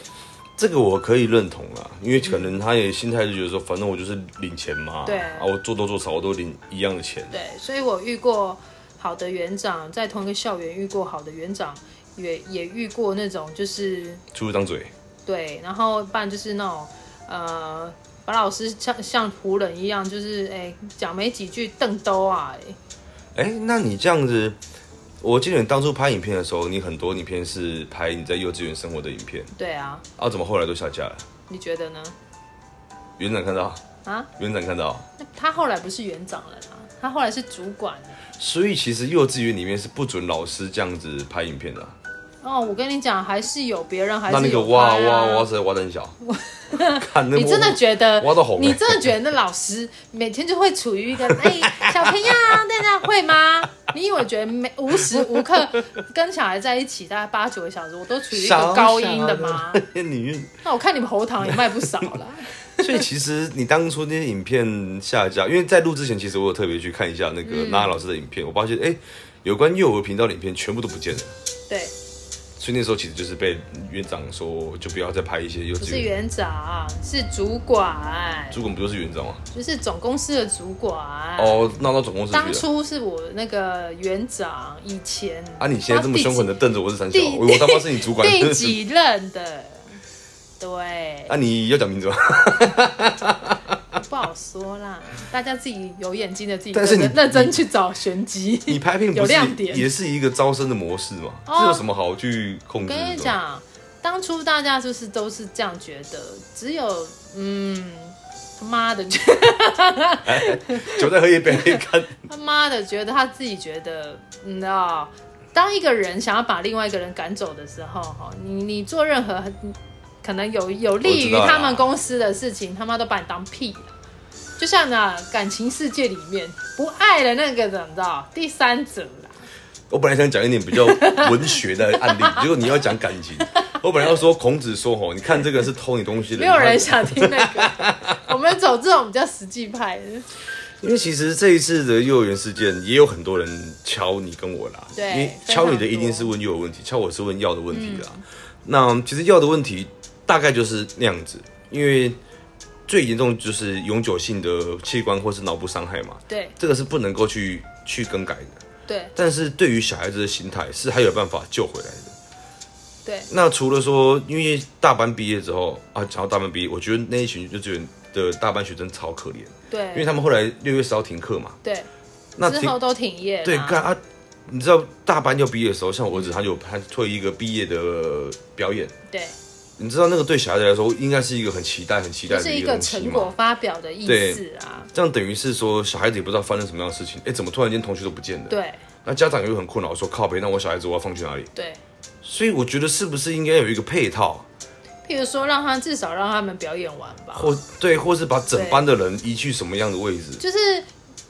[SPEAKER 1] 这个我可以认同啦，因为可能他也心态就觉得说，反正我就是领钱嘛，
[SPEAKER 2] 对
[SPEAKER 1] 啊，我做多做少我都领一样的钱，
[SPEAKER 2] 对，所以我遇过好的园长，在同一个校园遇过好的园长，也也遇过那种就是
[SPEAKER 1] 出一张嘴，
[SPEAKER 2] 对，然后不然就是那种呃，把老师像像仆人一样，就是哎讲没几句瞪兜啊，哎
[SPEAKER 1] 哎，那你这样子，我记得你当初拍影片的时候，你很多影片是拍你在幼稚园生活的影片，
[SPEAKER 2] 对啊，
[SPEAKER 1] 啊，怎么后来都下架了？
[SPEAKER 2] 你觉得呢？
[SPEAKER 1] 园长看到，
[SPEAKER 2] 啊，
[SPEAKER 1] 园长看到，
[SPEAKER 2] 那他后来不是园长了啦，他后来是主管啊了。
[SPEAKER 1] 所以其实幼稚园里面是不准老师这样子拍影片的啊、
[SPEAKER 2] 哦，我跟你讲，还是有别人还是
[SPEAKER 1] 那
[SPEAKER 2] 有、啊
[SPEAKER 1] 那个挖挖挖，是挖得很小， 看那
[SPEAKER 2] 你真的觉得
[SPEAKER 1] 挖到红欸
[SPEAKER 2] 你真的觉得那老师每天就会处于一个哎，小朋友大家会吗？ 你以为觉得每无时无刻跟小孩在一起大概八九个小时，我都处于一个高音的 吗？
[SPEAKER 1] 得你。
[SPEAKER 2] 那我看你们喉糖也卖不少 了。
[SPEAKER 1] 所以其实你当初那些影片下架，因为在录之前，其实我有特别去看一下那
[SPEAKER 2] 嗯
[SPEAKER 1] 个娜娜老师的影片，我发现哎、诶有关幼儿频道的影片全部都不见了。
[SPEAKER 2] 对，
[SPEAKER 1] 所以那时候其实就是被院长说，就不要再拍一些幼
[SPEAKER 2] 不
[SPEAKER 1] 稚
[SPEAKER 2] 是
[SPEAKER 1] 园。
[SPEAKER 2] 园长，是主管，
[SPEAKER 1] 主管不就是园长吗？
[SPEAKER 2] 就是总公司的主管。
[SPEAKER 1] 哦，闹到总公司
[SPEAKER 2] 啊当
[SPEAKER 1] 去了。
[SPEAKER 2] 初是我那个园长，以前
[SPEAKER 1] 啊！你现在这么凶狠的瞪着我是三小，啊
[SPEAKER 2] 第
[SPEAKER 1] 我我他妈是你主管。
[SPEAKER 2] 第几任的？对，
[SPEAKER 1] 啊！你要讲名字吗？
[SPEAKER 2] 不好说啦，大家自己有眼睛的自己
[SPEAKER 1] 但
[SPEAKER 2] 认
[SPEAKER 1] 是
[SPEAKER 2] 真，
[SPEAKER 1] 你
[SPEAKER 2] 认真去找玄机。
[SPEAKER 1] 你拍片不
[SPEAKER 2] 有
[SPEAKER 1] 是
[SPEAKER 2] 亮点
[SPEAKER 1] 也是一个招生的模式嘛？
[SPEAKER 2] 哦
[SPEAKER 1] 这有什么好去控
[SPEAKER 2] 我
[SPEAKER 1] 制
[SPEAKER 2] 跟
[SPEAKER 1] 的？
[SPEAKER 2] 你讲，当初大家就是都是这样觉得，只有嗯，他妈的觉 得。
[SPEAKER 1] 酒在喝一杯，看
[SPEAKER 2] 他妈的，觉得他自己觉得，你知道，当一个人想要把另外一个人赶走的时候，哈，你你做任何可能有有利于
[SPEAKER 1] 我知道啦
[SPEAKER 2] 他们公司的事情，他妈都把你当屁了。就像呢，感情世界里面不爱的那个人，你知道，第三者啦，
[SPEAKER 1] 我本来想讲一点比较文学的案例，结果你要讲感情。我本来要说孔子说吼，你看这个人是偷你东西的，
[SPEAKER 2] 没有
[SPEAKER 1] 他
[SPEAKER 2] 人想听那个。 我们走这种比较实际派的，
[SPEAKER 1] 因为其实这一次的幼儿园事件，也有很多人敲你跟我啦。
[SPEAKER 2] 对
[SPEAKER 1] 因为
[SPEAKER 2] 非常嗯
[SPEAKER 1] 敲你的一定是问幼儿问题，敲我是问药的问题啦。那其实药的问题大概就是那样子，因为最严重就是永久性的器官或是脑部伤害嘛，
[SPEAKER 2] 对
[SPEAKER 1] 这个是不能够去去更改的。
[SPEAKER 2] 对
[SPEAKER 1] 但是对于小孩子的心态是还有办法救回来的。
[SPEAKER 2] 对，
[SPEAKER 1] 那除了说，因为大班毕业之后啊，讲到大班毕业，我觉得那一群幼稚园的大班学生超可怜，因为
[SPEAKER 2] 对
[SPEAKER 1] 他们后来六月十号停课嘛，
[SPEAKER 2] 对，
[SPEAKER 1] 那
[SPEAKER 2] 之
[SPEAKER 1] 停
[SPEAKER 2] 后都停业啦，
[SPEAKER 1] 对干啊，你知道大班要毕业的时候，像我儿子他就他推一个毕业的表演，
[SPEAKER 2] 对，
[SPEAKER 1] 你知道那个对小孩子来说应该是一个很期待、很期待
[SPEAKER 2] 就
[SPEAKER 1] 的
[SPEAKER 2] 是一
[SPEAKER 1] 个
[SPEAKER 2] 个
[SPEAKER 1] 东西
[SPEAKER 2] 成
[SPEAKER 1] 嘛
[SPEAKER 2] 果。发表的意
[SPEAKER 1] 对
[SPEAKER 2] 思啊，
[SPEAKER 1] 这样等于是说，小孩子也不知道发生什么样的事情，哎，怎么突然间同学都不见了？
[SPEAKER 2] 对
[SPEAKER 1] 那家长又很困扰，说靠北，那我小孩子我要放去哪里？
[SPEAKER 2] 对。
[SPEAKER 1] 所以我觉得是不是应该有一个配套，
[SPEAKER 2] 譬如说，让他至少让他们表演完吧，
[SPEAKER 1] 或对，或是把整班的人移去什么样的位置？
[SPEAKER 2] 就是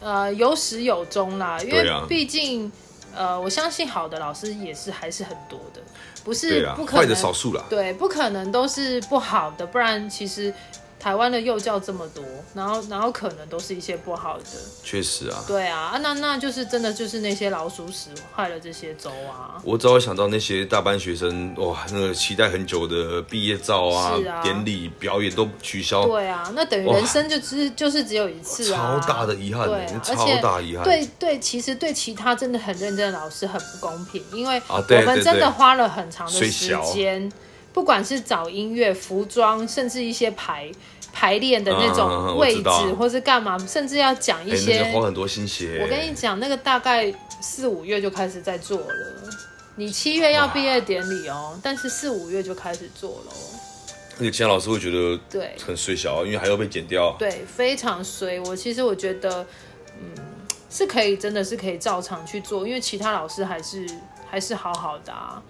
[SPEAKER 2] 呃有始有终啦，因
[SPEAKER 1] 对
[SPEAKER 2] 为
[SPEAKER 1] 啊
[SPEAKER 2] 毕竟、呃我相信好的老师也是还是很多的，不
[SPEAKER 1] 对
[SPEAKER 2] 是
[SPEAKER 1] 啊
[SPEAKER 2] 不，可
[SPEAKER 1] 坏的
[SPEAKER 2] 能、
[SPEAKER 1] 少数啦。
[SPEAKER 2] 对，不可能都是不好的，不然其实台湾的幼教这么多，然后然后可能都是一些不好的，
[SPEAKER 1] 确实啊，
[SPEAKER 2] 对啊，啊那那就是真的就是那些老鼠屎坏了这些粥啊，
[SPEAKER 1] 我只要想到那些大班学生，哇，那个期待很久的毕业照啊
[SPEAKER 2] 是、啊
[SPEAKER 1] 典礼、表演都取消，
[SPEAKER 2] 对啊，那等于
[SPEAKER 1] 哦哇
[SPEAKER 2] 人生就只就是只有一次啊，
[SPEAKER 1] 超大的遗憾
[SPEAKER 2] 对、
[SPEAKER 1] 欸
[SPEAKER 2] 啊，，
[SPEAKER 1] 超大遗憾。
[SPEAKER 2] 而且对对，其实对其他真的很认真的老师很不公平，因为
[SPEAKER 1] 啊
[SPEAKER 2] 我
[SPEAKER 1] 对
[SPEAKER 2] 们
[SPEAKER 1] 对
[SPEAKER 2] 真
[SPEAKER 1] 对
[SPEAKER 2] 的花了很长的
[SPEAKER 1] 虽
[SPEAKER 2] 时
[SPEAKER 1] 小
[SPEAKER 2] 间，不管是找音乐、服装，甚至一些排排练的那
[SPEAKER 1] 嗯嗯嗯嗯
[SPEAKER 2] 种
[SPEAKER 1] 我
[SPEAKER 2] 位
[SPEAKER 1] 知
[SPEAKER 2] 置，
[SPEAKER 1] 道
[SPEAKER 2] 或是干嘛，甚至要讲一
[SPEAKER 1] 哎，那
[SPEAKER 2] 些。
[SPEAKER 1] 些花哎很多心血。
[SPEAKER 2] 我跟你讲，那个大概四五月就开始在做了。你七月要毕业典礼哦，但是四五月就开始做了哦。
[SPEAKER 1] 而且其他老师会觉得
[SPEAKER 2] 对
[SPEAKER 1] 很衰小，因为还要被剪掉。
[SPEAKER 2] 对，非常衰。我其实我觉得，嗯，是可以真的是可以照常去做，因为其他老师还是还是好好的啊。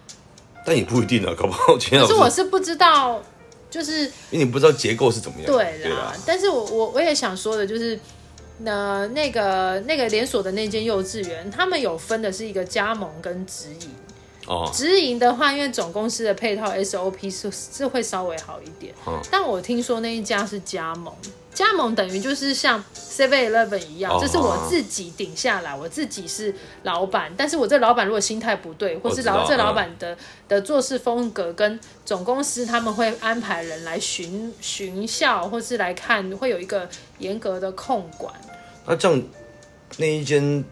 [SPEAKER 1] 但也不一定啊，搞不好今天
[SPEAKER 2] 可
[SPEAKER 1] 老
[SPEAKER 2] 是
[SPEAKER 1] 师，
[SPEAKER 2] 我是不知道，就是
[SPEAKER 1] 因为你不知道结构是怎么样。
[SPEAKER 2] 对啦，
[SPEAKER 1] 对啊啦，
[SPEAKER 2] 但是我我我也想说的就是，那那个那个连锁的那间幼稚园，他们有分的是一个加盟跟直营。
[SPEAKER 1] 哦，
[SPEAKER 2] 直营的话，因为总公司的配套 SOP 是是会稍微好一点。
[SPEAKER 1] 嗯
[SPEAKER 2] 但我听说那一家是加盟，加盟等于就是像 Seven Eleven 一样，
[SPEAKER 1] 哦
[SPEAKER 2] 这是我自己顶下来，我自己是老板。但是我这老板如果心态不对，或是
[SPEAKER 1] 知道
[SPEAKER 2] 老这
[SPEAKER 1] 嗯
[SPEAKER 2] 老板的的做事风格跟总公司他们会安排人来巡巡校，或是来看，会有一个严格的控管。
[SPEAKER 1] 那这样那一间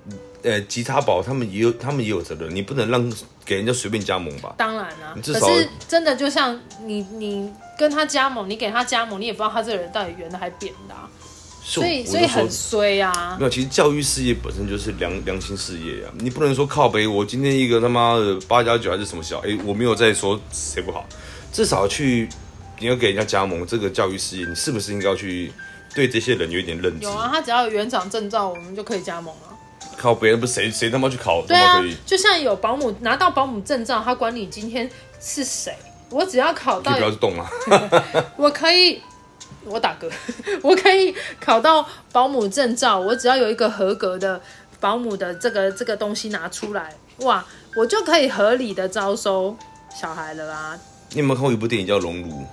[SPEAKER 1] 呃吉他堡他们也有他们也有责任，你不能让给人家随便加盟吧？
[SPEAKER 2] 当然啦、
[SPEAKER 1] 你
[SPEAKER 2] 可
[SPEAKER 1] 至少
[SPEAKER 2] 是真的就像你你跟他加盟，你给他加盟，你也不知道他这个人到底圆的还扁的啊、
[SPEAKER 1] 所
[SPEAKER 2] 所以
[SPEAKER 1] 我
[SPEAKER 2] 所以
[SPEAKER 1] 就说嗯
[SPEAKER 2] 很衰啊
[SPEAKER 1] 没。有，其实教育事业本身就是良良心事业啊，你不能说靠北，我今天一个他妈的八加九还是什么小，哎，我没有在说谁不好，至少去你要给人家加盟这个教育事业，你是不是应该要去对这些人有一点认知？
[SPEAKER 2] 有啊，他只要有园长证照，我们就可以加盟了。
[SPEAKER 1] 靠北，不是谁谁他妈去考他
[SPEAKER 2] 对
[SPEAKER 1] 妈
[SPEAKER 2] 啊
[SPEAKER 1] 可以，，
[SPEAKER 2] 就像有保姆拿到保姆证照，他管你今天是谁，我只要考
[SPEAKER 1] 就
[SPEAKER 2] 到
[SPEAKER 1] 不要去动啊。
[SPEAKER 2] 我可以，我打嗝， 我可以考到保姆证照，我只要有一个合格的保姆的这个这个东西拿出来，哇，我就可以合理的招收小孩了啊啦。
[SPEAKER 1] 你有没有看过一部电影叫《熔炉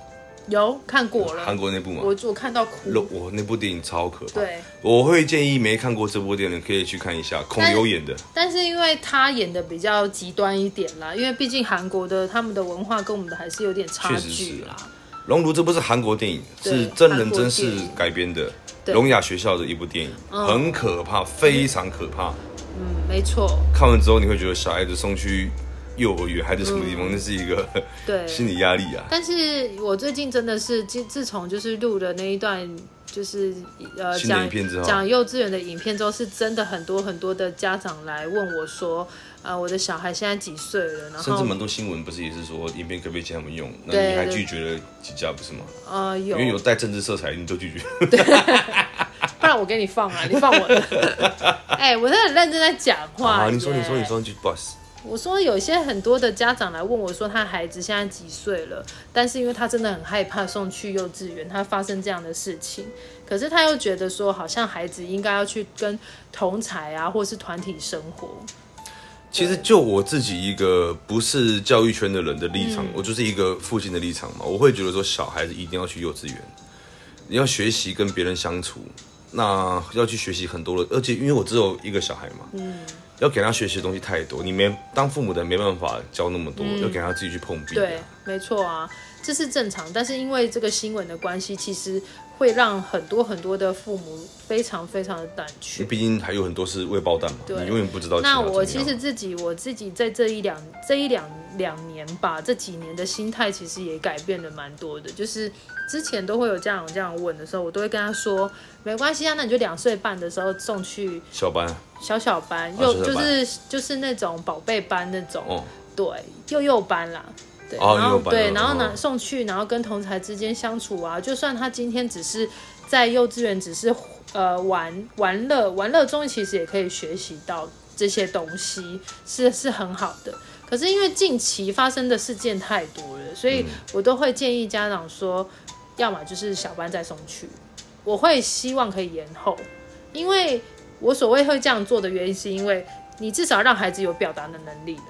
[SPEAKER 2] 有看过》，了
[SPEAKER 1] 韩，国那部嘛？
[SPEAKER 2] 我我看到哭。
[SPEAKER 1] 熔我那部电影超可怕。
[SPEAKER 2] 对，
[SPEAKER 1] 我会建议没看过这部电影的可以去看一下，孔
[SPEAKER 2] 但
[SPEAKER 1] 刘演的。
[SPEAKER 2] 但是因为他演的比较极端一点啦，因为毕竟韩国的他们的文化跟我们的还是有点差
[SPEAKER 1] 确实
[SPEAKER 2] 距
[SPEAKER 1] 是啊
[SPEAKER 2] 啦。
[SPEAKER 1] 《熔炉》这不是韩国电影，
[SPEAKER 2] 对
[SPEAKER 1] 是真人真
[SPEAKER 2] 韩
[SPEAKER 1] 事
[SPEAKER 2] 国电影
[SPEAKER 1] 改编的，
[SPEAKER 2] 对
[SPEAKER 1] 聋哑学校的一部电影，
[SPEAKER 2] 嗯
[SPEAKER 1] 很可怕，非常可怕。
[SPEAKER 2] 嗯，没错，
[SPEAKER 1] 看完之后你会觉得小孩子送去幼儿园还是什么地方，那是一个
[SPEAKER 2] 对。
[SPEAKER 1] 心理压力啊。
[SPEAKER 2] 但是我最近真的是自自从就是录的那一段就是呃
[SPEAKER 1] 新的
[SPEAKER 2] 讲
[SPEAKER 1] 影片之后
[SPEAKER 2] 讲幼稚园的影片之后，是真的很多很多的家长来问我说，呃，我的小孩现在几岁了，然
[SPEAKER 1] 甚至
[SPEAKER 2] 后
[SPEAKER 1] 蛮多新闻不是也是说影片可不可以借他们用，那
[SPEAKER 2] 对
[SPEAKER 1] 你还
[SPEAKER 2] 对
[SPEAKER 1] 拒绝了几家不是吗？
[SPEAKER 2] 呃有
[SPEAKER 1] 因，为有带政治色彩，你都拒绝。
[SPEAKER 2] 不然我给你放啊，你放我的。 哎、我真的很认真在讲话、
[SPEAKER 1] 啊，你说你说你。说，就 boss。
[SPEAKER 2] 我说有些很多的家长来问我说，他孩子现在几岁了？但是因为他真的很害怕送去幼稚园，他发生这样的事情，可是他又觉得说，好像孩子应该要去跟同才啊，或是团体生活。
[SPEAKER 1] 其实就我自己一个不是教育圈的人的立场，
[SPEAKER 2] 嗯
[SPEAKER 1] 我就是一个父亲的立场嘛，我会觉得说小孩子一定要去幼稚园，你要学习跟别人相处，那要去学习很多的，而且因为我只有一个小孩嘛，
[SPEAKER 2] 嗯
[SPEAKER 1] 要给他学习的东西太多，你没当父母的没办法教那么多，要给他自己去碰壁、啊。
[SPEAKER 2] 嗯对，没错啊，这是正常。但是因为这个新闻的关系，其实会让很多很多的父母非常非常的胆怯
[SPEAKER 1] 你。毕竟还有很多是未爆弹嘛，
[SPEAKER 2] 对
[SPEAKER 1] 你永远不知道。
[SPEAKER 2] 那我其实自己我自己在这一两这一两两年吧，这几年的心态其实也改变了蛮多的。就是之前都会有家长这样问的时候，我都会跟他说，没关系啊，那你就两岁半的时候送去
[SPEAKER 1] 小班
[SPEAKER 2] 小小班，幼、
[SPEAKER 1] 哦小小
[SPEAKER 2] 就
[SPEAKER 1] 班
[SPEAKER 2] 是就是那种宝贝班那种，
[SPEAKER 1] 哦，
[SPEAKER 2] 对，幼幼班啦。对，
[SPEAKER 1] 哦
[SPEAKER 2] 然
[SPEAKER 1] 幼
[SPEAKER 2] 后
[SPEAKER 1] 幼班
[SPEAKER 2] 对，
[SPEAKER 1] 嗯
[SPEAKER 2] 然后呢
[SPEAKER 1] 嗯
[SPEAKER 2] 送去，然后跟同才之间相处啊，就算他今天只是在幼稚园只是呃玩玩乐，玩乐中其实也可以学习到这些东西，是是很好的。可是因为近期发生的事件太多了，所以我都会建议家长说，要么就是小班再送去，我会希望可以延后，因为我所谓会这样做的原因，是因为你至少让孩子有表达的能力了。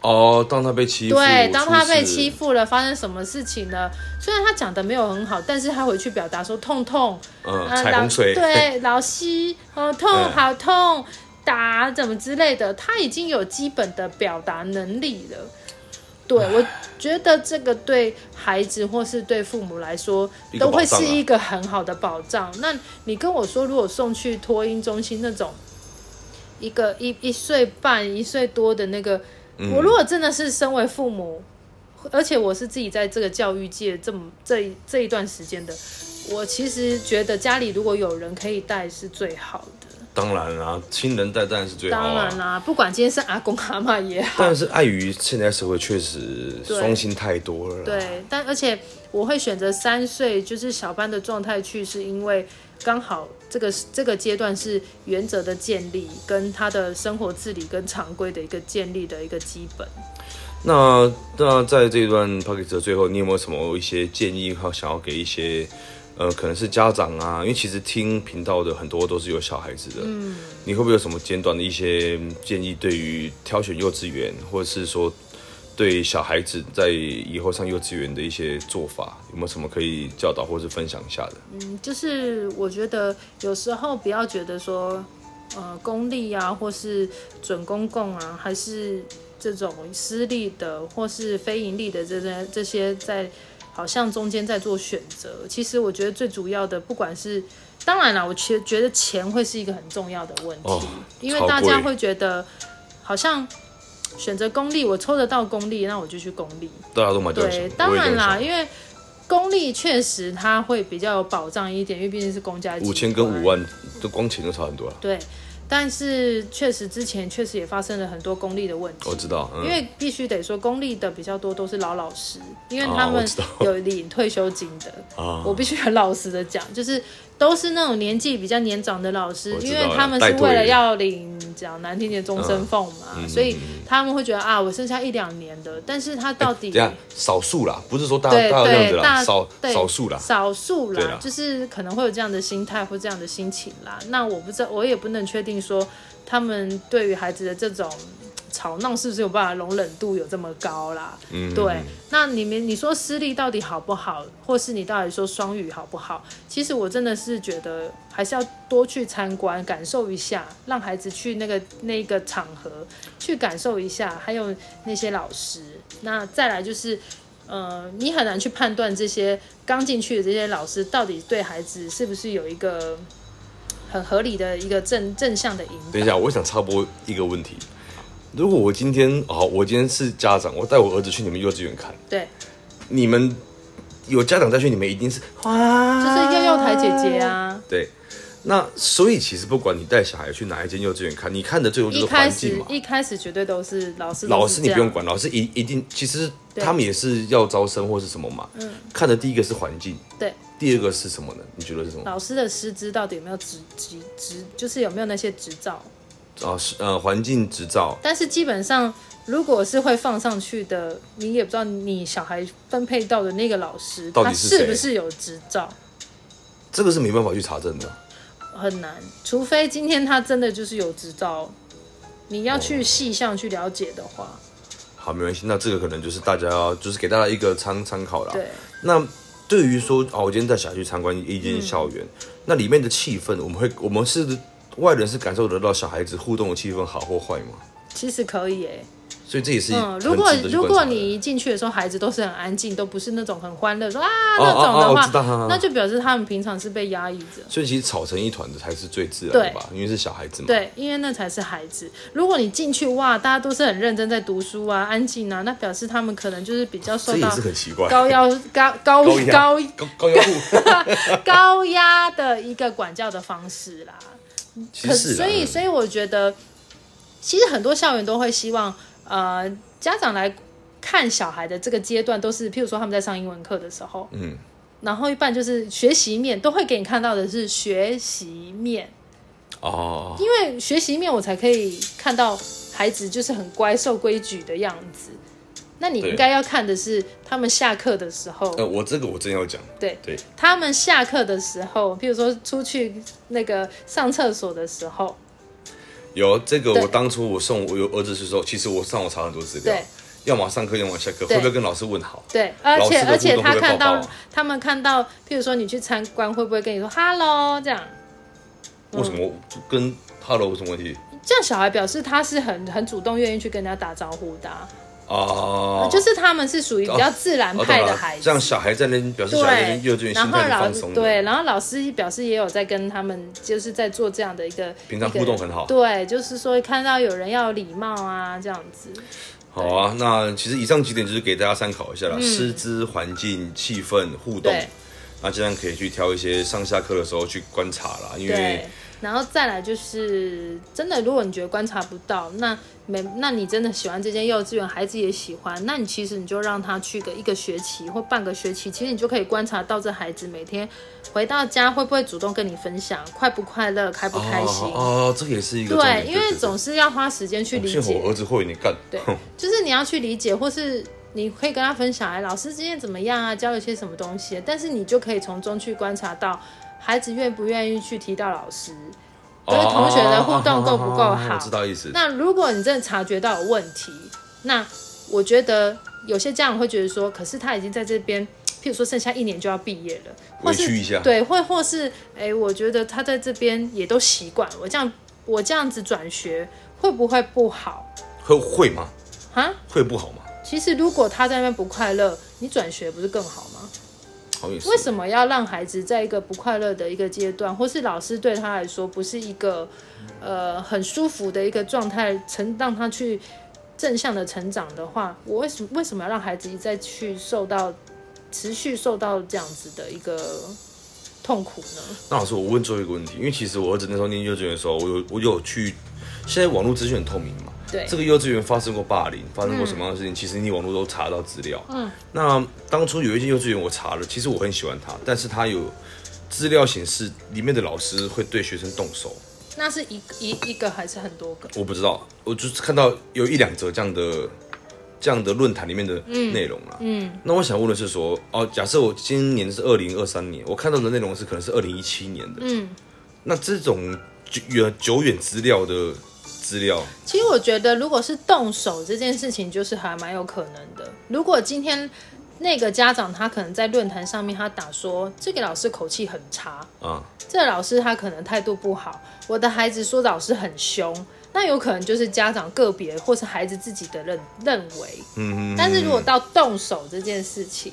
[SPEAKER 1] 哦，当他被欺负，
[SPEAKER 2] 对，当他被
[SPEAKER 1] 出事
[SPEAKER 2] 欺负了，发生什么事情了？虽然他讲的没有很好，但是他回去表达说痛痛，
[SPEAKER 1] 嗯，
[SPEAKER 2] 呃
[SPEAKER 1] 彩
[SPEAKER 2] 老
[SPEAKER 1] 虹锤，
[SPEAKER 2] 对，老西，好痛，
[SPEAKER 1] 嗯
[SPEAKER 2] 好痛，打怎么之类的，他已经有基本的表达能力了。对，我觉得这个对孩子或是对父母来说，
[SPEAKER 1] 一个
[SPEAKER 2] 都会
[SPEAKER 1] 保障
[SPEAKER 2] 是
[SPEAKER 1] 啊
[SPEAKER 2] 一个很好的保障。那你跟我说，如果送去托婴中心那种，一个一一岁半、一岁多的那个，
[SPEAKER 1] 嗯
[SPEAKER 2] 我如果真的是身为父母，而且我是自己在这个教育界这么这一这一段时间的，我其实觉得家里如果有人可以带是最好的。
[SPEAKER 1] 当然啦、亲人带当然是最好、啊。
[SPEAKER 2] 当然啦、不管今天是阿公阿妈也好，
[SPEAKER 1] 但是碍于现在社会确实
[SPEAKER 2] 对
[SPEAKER 1] 双薪太多了啦，
[SPEAKER 2] 对，但而且我会选择三岁就是小班的状态去，是因为刚好这个这个阶段是原则的建立，跟他的生活自理跟常规的一个建立的一个基本。
[SPEAKER 1] 那那在这一段 p o c k e t 的最后，你有没有什么一些建议和想要给一些呃，可能是家长啊？因为其实听频道的很多都是有小孩子的，嗯，你会不会有什么简短的一些建议，对于挑选幼稚园，或者是说对小孩子在以后上幼稚园的一些做法，有没有什么可以教导或是分享一下的？
[SPEAKER 2] 就是我觉得有时候不要觉得说，呃，公立啊，或是准公共啊，还是这种私立的或是非盈利的这些这些在。好像中间在做选择，其实我觉得最主要的，不管是当然啦，我觉觉得钱会是一个很重要的问题，
[SPEAKER 1] 哦
[SPEAKER 2] 因为
[SPEAKER 1] 超
[SPEAKER 2] 大家
[SPEAKER 1] 贵
[SPEAKER 2] 会觉得好像选择公立，我抽得到公立，那我就去公立。
[SPEAKER 1] 大家都蛮这样想
[SPEAKER 2] 对，
[SPEAKER 1] 的，
[SPEAKER 2] 当
[SPEAKER 1] 我也这
[SPEAKER 2] 然
[SPEAKER 1] 样
[SPEAKER 2] 啦，
[SPEAKER 1] 想。
[SPEAKER 2] 因为公立确实它会比较有保障一点，因为毕竟是公家集团
[SPEAKER 1] 五千跟五。万，这光钱就差很多了。
[SPEAKER 2] 对，但是确实之前确实也发生了很多公立的问题
[SPEAKER 1] 我。知道，嗯、
[SPEAKER 2] 因为必须得说，公立的比较多都是老老师，因为他
[SPEAKER 1] 哦我
[SPEAKER 2] 们
[SPEAKER 1] 知道
[SPEAKER 2] 有领退休金的。
[SPEAKER 1] 啊
[SPEAKER 2] 我必须很老实的讲，就是都是那种年纪比较年长的老师
[SPEAKER 1] 我，知
[SPEAKER 2] 因
[SPEAKER 1] 道嗯
[SPEAKER 2] 为他们
[SPEAKER 1] 带
[SPEAKER 2] 是
[SPEAKER 1] 队
[SPEAKER 2] 为了
[SPEAKER 1] 的
[SPEAKER 2] 要领讲难听点终身俸嘛，所以他们会觉得啊，我剩下一两年的，但是他到
[SPEAKER 1] 等
[SPEAKER 2] 底、
[SPEAKER 1] 一下少数啦，不是说大
[SPEAKER 2] 对
[SPEAKER 1] 大家这样子
[SPEAKER 2] 对
[SPEAKER 1] 啦，
[SPEAKER 2] 大
[SPEAKER 1] 少
[SPEAKER 2] 对
[SPEAKER 1] 少数啦。
[SPEAKER 2] 少数
[SPEAKER 1] 对
[SPEAKER 2] 啦
[SPEAKER 1] 啦，
[SPEAKER 2] 就是可能会有这样的心态或这样的心情啦。那我不知道，我也不能确定说他们对于孩子的这种嗯吵闹是不是有办法容忍度有这么高啦。嗯，对。那你们你说私立到底好不好，或是你到底说双语好不好？其实我真的是觉得还是要多去参观，感受一下，让孩子去那个那个场合去感受一下，还有那些老师。那再来就是。呃，你很难去判断这些刚进去的这些老师到底对孩子是不是有一个很合理的一个正正向的引导。
[SPEAKER 1] 等一下，我想插播一个问题。如果我今天哦好，我今天是家长，我带我儿子去你们幼稚园看，
[SPEAKER 2] 对，
[SPEAKER 1] 你们有家长带去，你们一定是哇，
[SPEAKER 2] 就是幼幼台姐姐。啊，
[SPEAKER 1] 对，那所以其实不管你带小孩去哪一间幼稚园看，你看的最终就
[SPEAKER 2] 一
[SPEAKER 1] 是
[SPEAKER 2] 开
[SPEAKER 1] 环
[SPEAKER 2] 始
[SPEAKER 1] 境嘛。
[SPEAKER 2] 一开始绝对都是老师，
[SPEAKER 1] 老师你不用，管，老师一一定其实
[SPEAKER 2] 对嗯
[SPEAKER 1] 他们也是要招生或是什么嘛。看的第一个是环境，
[SPEAKER 2] 对，
[SPEAKER 1] 第二个是什么呢？你觉得是什么？
[SPEAKER 2] 老师的师资到底有没有执执执，就是有没有那些执照？哦
[SPEAKER 1] 啊，是呃，环境执照，
[SPEAKER 2] 但是基本上，如果是会放上去的，你也不知道你小孩分配到的那个老师，
[SPEAKER 1] 到底
[SPEAKER 2] 他
[SPEAKER 1] 是
[SPEAKER 2] 是
[SPEAKER 1] 谁
[SPEAKER 2] 不是有执照？
[SPEAKER 1] 这个是没办法去查证的。
[SPEAKER 2] 很难，除非今天他真的就是有执照，你要去细项去了解的
[SPEAKER 1] 哦
[SPEAKER 2] 话，
[SPEAKER 1] 好，没关系，那这个可能就是大家要就是给大家一个参参考啦。
[SPEAKER 2] 对，
[SPEAKER 1] 那对于说哦，我今天带小孩去参观一间校园，
[SPEAKER 2] 嗯
[SPEAKER 1] 那里面的气氛，我们会我们是外人是感受得到小孩子互动的气氛好或坏吗？
[SPEAKER 2] 其实可以诶、
[SPEAKER 1] 所以这也是很
[SPEAKER 2] 嗯，
[SPEAKER 1] 值
[SPEAKER 2] 如果
[SPEAKER 1] 得去观察的
[SPEAKER 2] 如果你一进去的时候，孩子都是很安静，都不是那种很欢乐说啊
[SPEAKER 1] 哦
[SPEAKER 2] 那种的
[SPEAKER 1] 哦哦
[SPEAKER 2] 话，
[SPEAKER 1] 我知道哈哈
[SPEAKER 2] 那就表示他们平常是被压抑着。
[SPEAKER 1] 所以其实吵成一团的才是最自然的吧，因为是小孩子嘛。，
[SPEAKER 2] 对，因为那才是孩子。如果你进去哇，大家都是很认真在读书啊，安静啊，那表示他们可能就是比较受
[SPEAKER 1] 这也
[SPEAKER 2] 到
[SPEAKER 1] 是很奇怪。
[SPEAKER 2] 高 要高高
[SPEAKER 1] 高压
[SPEAKER 2] 高
[SPEAKER 1] 高高 腰部，
[SPEAKER 2] 高压的一个管教的方式啦。
[SPEAKER 1] 其
[SPEAKER 2] 可
[SPEAKER 1] 实是啦啊嗯
[SPEAKER 2] 所以，所以我觉得，其实很多校园都会希望，呃，家长来看小孩的这个阶段，都是譬如说他们在上英文课的时候，
[SPEAKER 1] 嗯，
[SPEAKER 2] 然后一般就是学习面都会给你看到的是学习面，
[SPEAKER 1] 哦，
[SPEAKER 2] 因为学习面我才可以看到孩子就是很乖、受规矩的样子。那你
[SPEAKER 1] 对
[SPEAKER 2] 应该要看的是他们下课的时候，
[SPEAKER 1] 呃，我这个我真要讲，
[SPEAKER 2] 对
[SPEAKER 1] 对，
[SPEAKER 2] 他们下课的时候，譬如说出去那个上厕所的时候，
[SPEAKER 1] 有这个，
[SPEAKER 2] 对
[SPEAKER 1] 我当初我送我有儿子去的时候，其实我上网查很多资料
[SPEAKER 2] 对，
[SPEAKER 1] 要么上课，要么下课，
[SPEAKER 2] 对
[SPEAKER 1] 会不会跟老师问好？
[SPEAKER 2] 对，而
[SPEAKER 1] 老
[SPEAKER 2] 且
[SPEAKER 1] 师的
[SPEAKER 2] 而且他
[SPEAKER 1] 互动会不会
[SPEAKER 2] 看
[SPEAKER 1] 抱抱
[SPEAKER 2] 到
[SPEAKER 1] 啊
[SPEAKER 2] 他们看到，譬如说你去参观，会不会跟你说 “hello” 这样？嗯
[SPEAKER 1] 为什么跟 Hello 有什么问题
[SPEAKER 2] 这样小孩表示他是很很主动，愿意去跟人家打招呼的啊、
[SPEAKER 1] 啊？
[SPEAKER 2] 就是他们是属于比较自然
[SPEAKER 1] 哦，
[SPEAKER 2] 派
[SPEAKER 1] 懂
[SPEAKER 2] 的
[SPEAKER 1] 了
[SPEAKER 2] 孩子。
[SPEAKER 1] 这样小孩在那边表示小孩在
[SPEAKER 2] 对
[SPEAKER 1] 幼稚园，
[SPEAKER 2] 然
[SPEAKER 1] 心
[SPEAKER 2] 后
[SPEAKER 1] 态是
[SPEAKER 2] 老
[SPEAKER 1] 放松的，
[SPEAKER 2] 对，，然后老师表示也有在跟他们，就是在做这样的一个
[SPEAKER 1] 平常
[SPEAKER 2] 一个
[SPEAKER 1] 互动很好
[SPEAKER 2] 对，就是说看到有人要礼貌啊，这样子。
[SPEAKER 1] 好啊。那其实以上几点就是给大家参考一下啦，师资、环境、气氛、互动
[SPEAKER 2] 嗯对。
[SPEAKER 1] 那尽量可以去挑一些上下课的时候去观察啦，因为
[SPEAKER 2] 对，然后再来就是真的，如果你觉得观察不到，那没，那你真的喜欢这间幼稚园，孩子也喜欢，那你其实你就让他去个一个学期或半个学期，其实你就可以观察到这孩子每天回到家会不会主动跟你分享，快不快乐，开不开心。
[SPEAKER 1] 哦哦，这个也是一个重
[SPEAKER 2] 对
[SPEAKER 1] 点，
[SPEAKER 2] 因为总是要花时间去理
[SPEAKER 1] 对对对
[SPEAKER 2] 解
[SPEAKER 1] 幸好我儿子会你干，
[SPEAKER 2] 对，就是你要去理解，或是你可以跟他分享，哎，老师今天怎么样啊？教了些什么东西？但是你就可以从中去观察到孩子愿不愿意去提到老师，
[SPEAKER 1] 哦，
[SPEAKER 2] 跟同学的互动够不够
[SPEAKER 1] 哦哦哦哦
[SPEAKER 2] 好
[SPEAKER 1] 我知道意思。
[SPEAKER 2] 那如果你真的察觉到有问题，那我觉得有些家长会觉得说，可是他已经在这边，譬如说剩下一年就要毕业了，或
[SPEAKER 1] 委
[SPEAKER 2] 是
[SPEAKER 1] 屈一下
[SPEAKER 2] 对，或或是哎、我觉得他在这边也都习惯，我这样我这样子转学会不会不好
[SPEAKER 1] 会会吗？
[SPEAKER 2] 啊？
[SPEAKER 1] 会不好吗？
[SPEAKER 2] 其实如果他在那边不快乐，你转学不是更好吗？
[SPEAKER 1] 好也是
[SPEAKER 2] 为。什么要让孩子在一个不快乐的一个阶段，或是老师对他来说不是一个呃很舒服的一个状态，成让他去正向的成长的话，我为什么为什么要让孩子一再去受到持续受到这样子的一个痛苦呢？
[SPEAKER 1] 那老师，我问最后一个问题，因为其实我儿子那时候念幼稚园的时候，我有我有去，现在网络资讯很透明嘛，
[SPEAKER 2] 对
[SPEAKER 1] 这个幼稚园发生过霸凌，发生过什么样的事情，其实你网络都查得到资料。嗯，那当初有一间幼稚园我查了，其实我很喜欢它，但是它有资料显示里面的老师会对学生动手，
[SPEAKER 2] 那是一一一个还是很多个？
[SPEAKER 1] 我不知道，我就是看到有一两则这样的这样的论坛里面的内容啦。嗯，那我想问的是说，哦，假设我今年是二零二三年，我看到的内容是可能是二零一七年的。嗯，那这种久远久远资料的资料，
[SPEAKER 2] 其实我觉得，如果是动手这件事情，就是还蛮有可能的。如果今天那个家长他可能在论坛上面他打说，这个老师口气很差，
[SPEAKER 1] 啊，
[SPEAKER 2] 这个老师他可能态度不好，我的孩子说老师很凶，那有可能就是家长个别或是孩子自己的认认为。嗯但是如果到动手这件事情，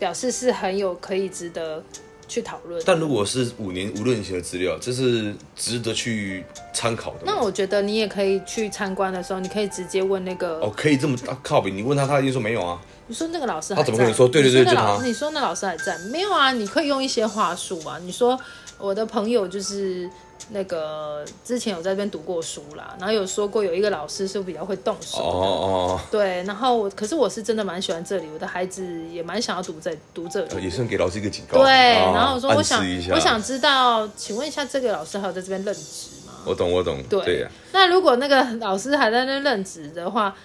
[SPEAKER 2] 表示是很有可以值得去讨论的。
[SPEAKER 1] 但如果是五年无论以前的资料，这是值得去参考的吗。
[SPEAKER 2] 那我觉得你也可以去参观的时候，你可以直接问那个
[SPEAKER 1] 哦，可以这么啊靠北，你问他，他一定说没有啊。
[SPEAKER 2] 你说那个老师还
[SPEAKER 1] 他
[SPEAKER 2] 在？
[SPEAKER 1] 怎么跟你说对对对
[SPEAKER 2] 你说那老
[SPEAKER 1] 就他
[SPEAKER 2] 你说那老师还在？没有啊，你可以用一些话术啊。你说我的朋友就是那个之前有在这边读过书啦，然后有说过有一个老师是比较会动手
[SPEAKER 1] 哦
[SPEAKER 2] 的。
[SPEAKER 1] 哦
[SPEAKER 2] 对，然后我可是我是真的蛮喜欢这里，我的孩子也蛮想要读在读这
[SPEAKER 1] 哦，
[SPEAKER 2] 里。
[SPEAKER 1] 也算给老师一个警告。
[SPEAKER 2] 对，
[SPEAKER 1] 啊
[SPEAKER 2] 然后我说我想
[SPEAKER 1] 暗示一下
[SPEAKER 2] 我想知道，请问一下这个老师还有在这边任职吗？
[SPEAKER 1] 我懂我懂，
[SPEAKER 2] 对
[SPEAKER 1] 对呀、
[SPEAKER 2] 那如果那个老师还在那任职的话，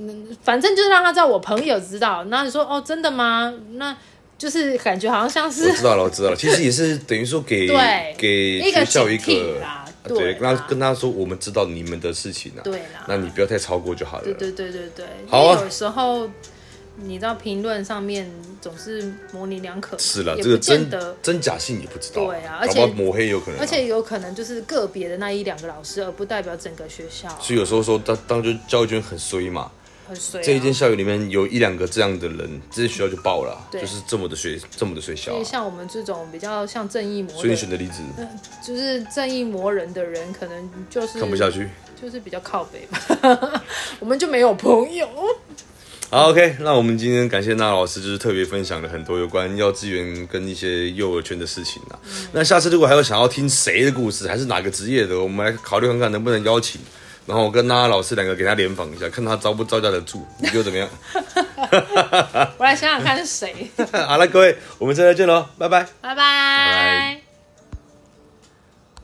[SPEAKER 2] 嗯，反正就是让他知道我朋友知道。那你说哦，真的吗？那就是感觉好像像
[SPEAKER 1] 我
[SPEAKER 2] 是
[SPEAKER 1] 知道了，我知道了。其实也 是等于说给
[SPEAKER 2] 对
[SPEAKER 1] 给
[SPEAKER 2] 一个
[SPEAKER 1] 学校
[SPEAKER 2] 警
[SPEAKER 1] 一
[SPEAKER 2] 惕
[SPEAKER 1] 个
[SPEAKER 2] 啦
[SPEAKER 1] 啊
[SPEAKER 2] 对
[SPEAKER 1] 对，跟他
[SPEAKER 2] 啦
[SPEAKER 1] 跟他说，我们知道你们的事情啊，
[SPEAKER 2] 对啦
[SPEAKER 1] 那你不要太超过就好了。
[SPEAKER 2] 对对对对对，
[SPEAKER 1] 好
[SPEAKER 2] 因
[SPEAKER 1] 啊
[SPEAKER 2] 为有时候你知道评论上面总是模棱两可，
[SPEAKER 1] 是了，
[SPEAKER 2] 也
[SPEAKER 1] 这个
[SPEAKER 2] 不
[SPEAKER 1] 真啊
[SPEAKER 2] 见得。
[SPEAKER 1] 真假性也不知道，
[SPEAKER 2] 对啊而
[SPEAKER 1] 搞不好
[SPEAKER 2] 且
[SPEAKER 1] 抹黑有可能啊、
[SPEAKER 2] 而且有可能就是个别的那一两个老师，而不代表整个学校
[SPEAKER 1] 所以有时候说当当就教育圈很衰嘛，
[SPEAKER 2] 很衰、啊。
[SPEAKER 1] 这一间校园里面有一两个这样的人，这些学校就爆了啊，
[SPEAKER 2] 对
[SPEAKER 1] 就是这么的学这么的学校、
[SPEAKER 2] 所以
[SPEAKER 1] 啊。
[SPEAKER 2] 像我们这种比较像正义魔
[SPEAKER 1] 所以
[SPEAKER 2] 人
[SPEAKER 1] 你，选的离职
[SPEAKER 2] 就是正义魔人的人，可能就是
[SPEAKER 1] 看不下去。
[SPEAKER 2] 就是比较靠北吧， 我们就没有朋友。
[SPEAKER 1] 好，OK，那我们今天感谢娜老师，就是特别分享了很多有关幼稚园跟一些幼儿圈的事情啊。那下次如果还有想要听谁的故事，还是哪个职业的，我们来考虑看看能不能邀请，然后我跟娜老师两个给他联访一下，看他招不招架得住，你觉得怎么样？
[SPEAKER 2] 我来想想看是谁，
[SPEAKER 1] 好了，各位，我们下次再见喽，拜拜。
[SPEAKER 2] 拜
[SPEAKER 1] 拜
[SPEAKER 2] 拜。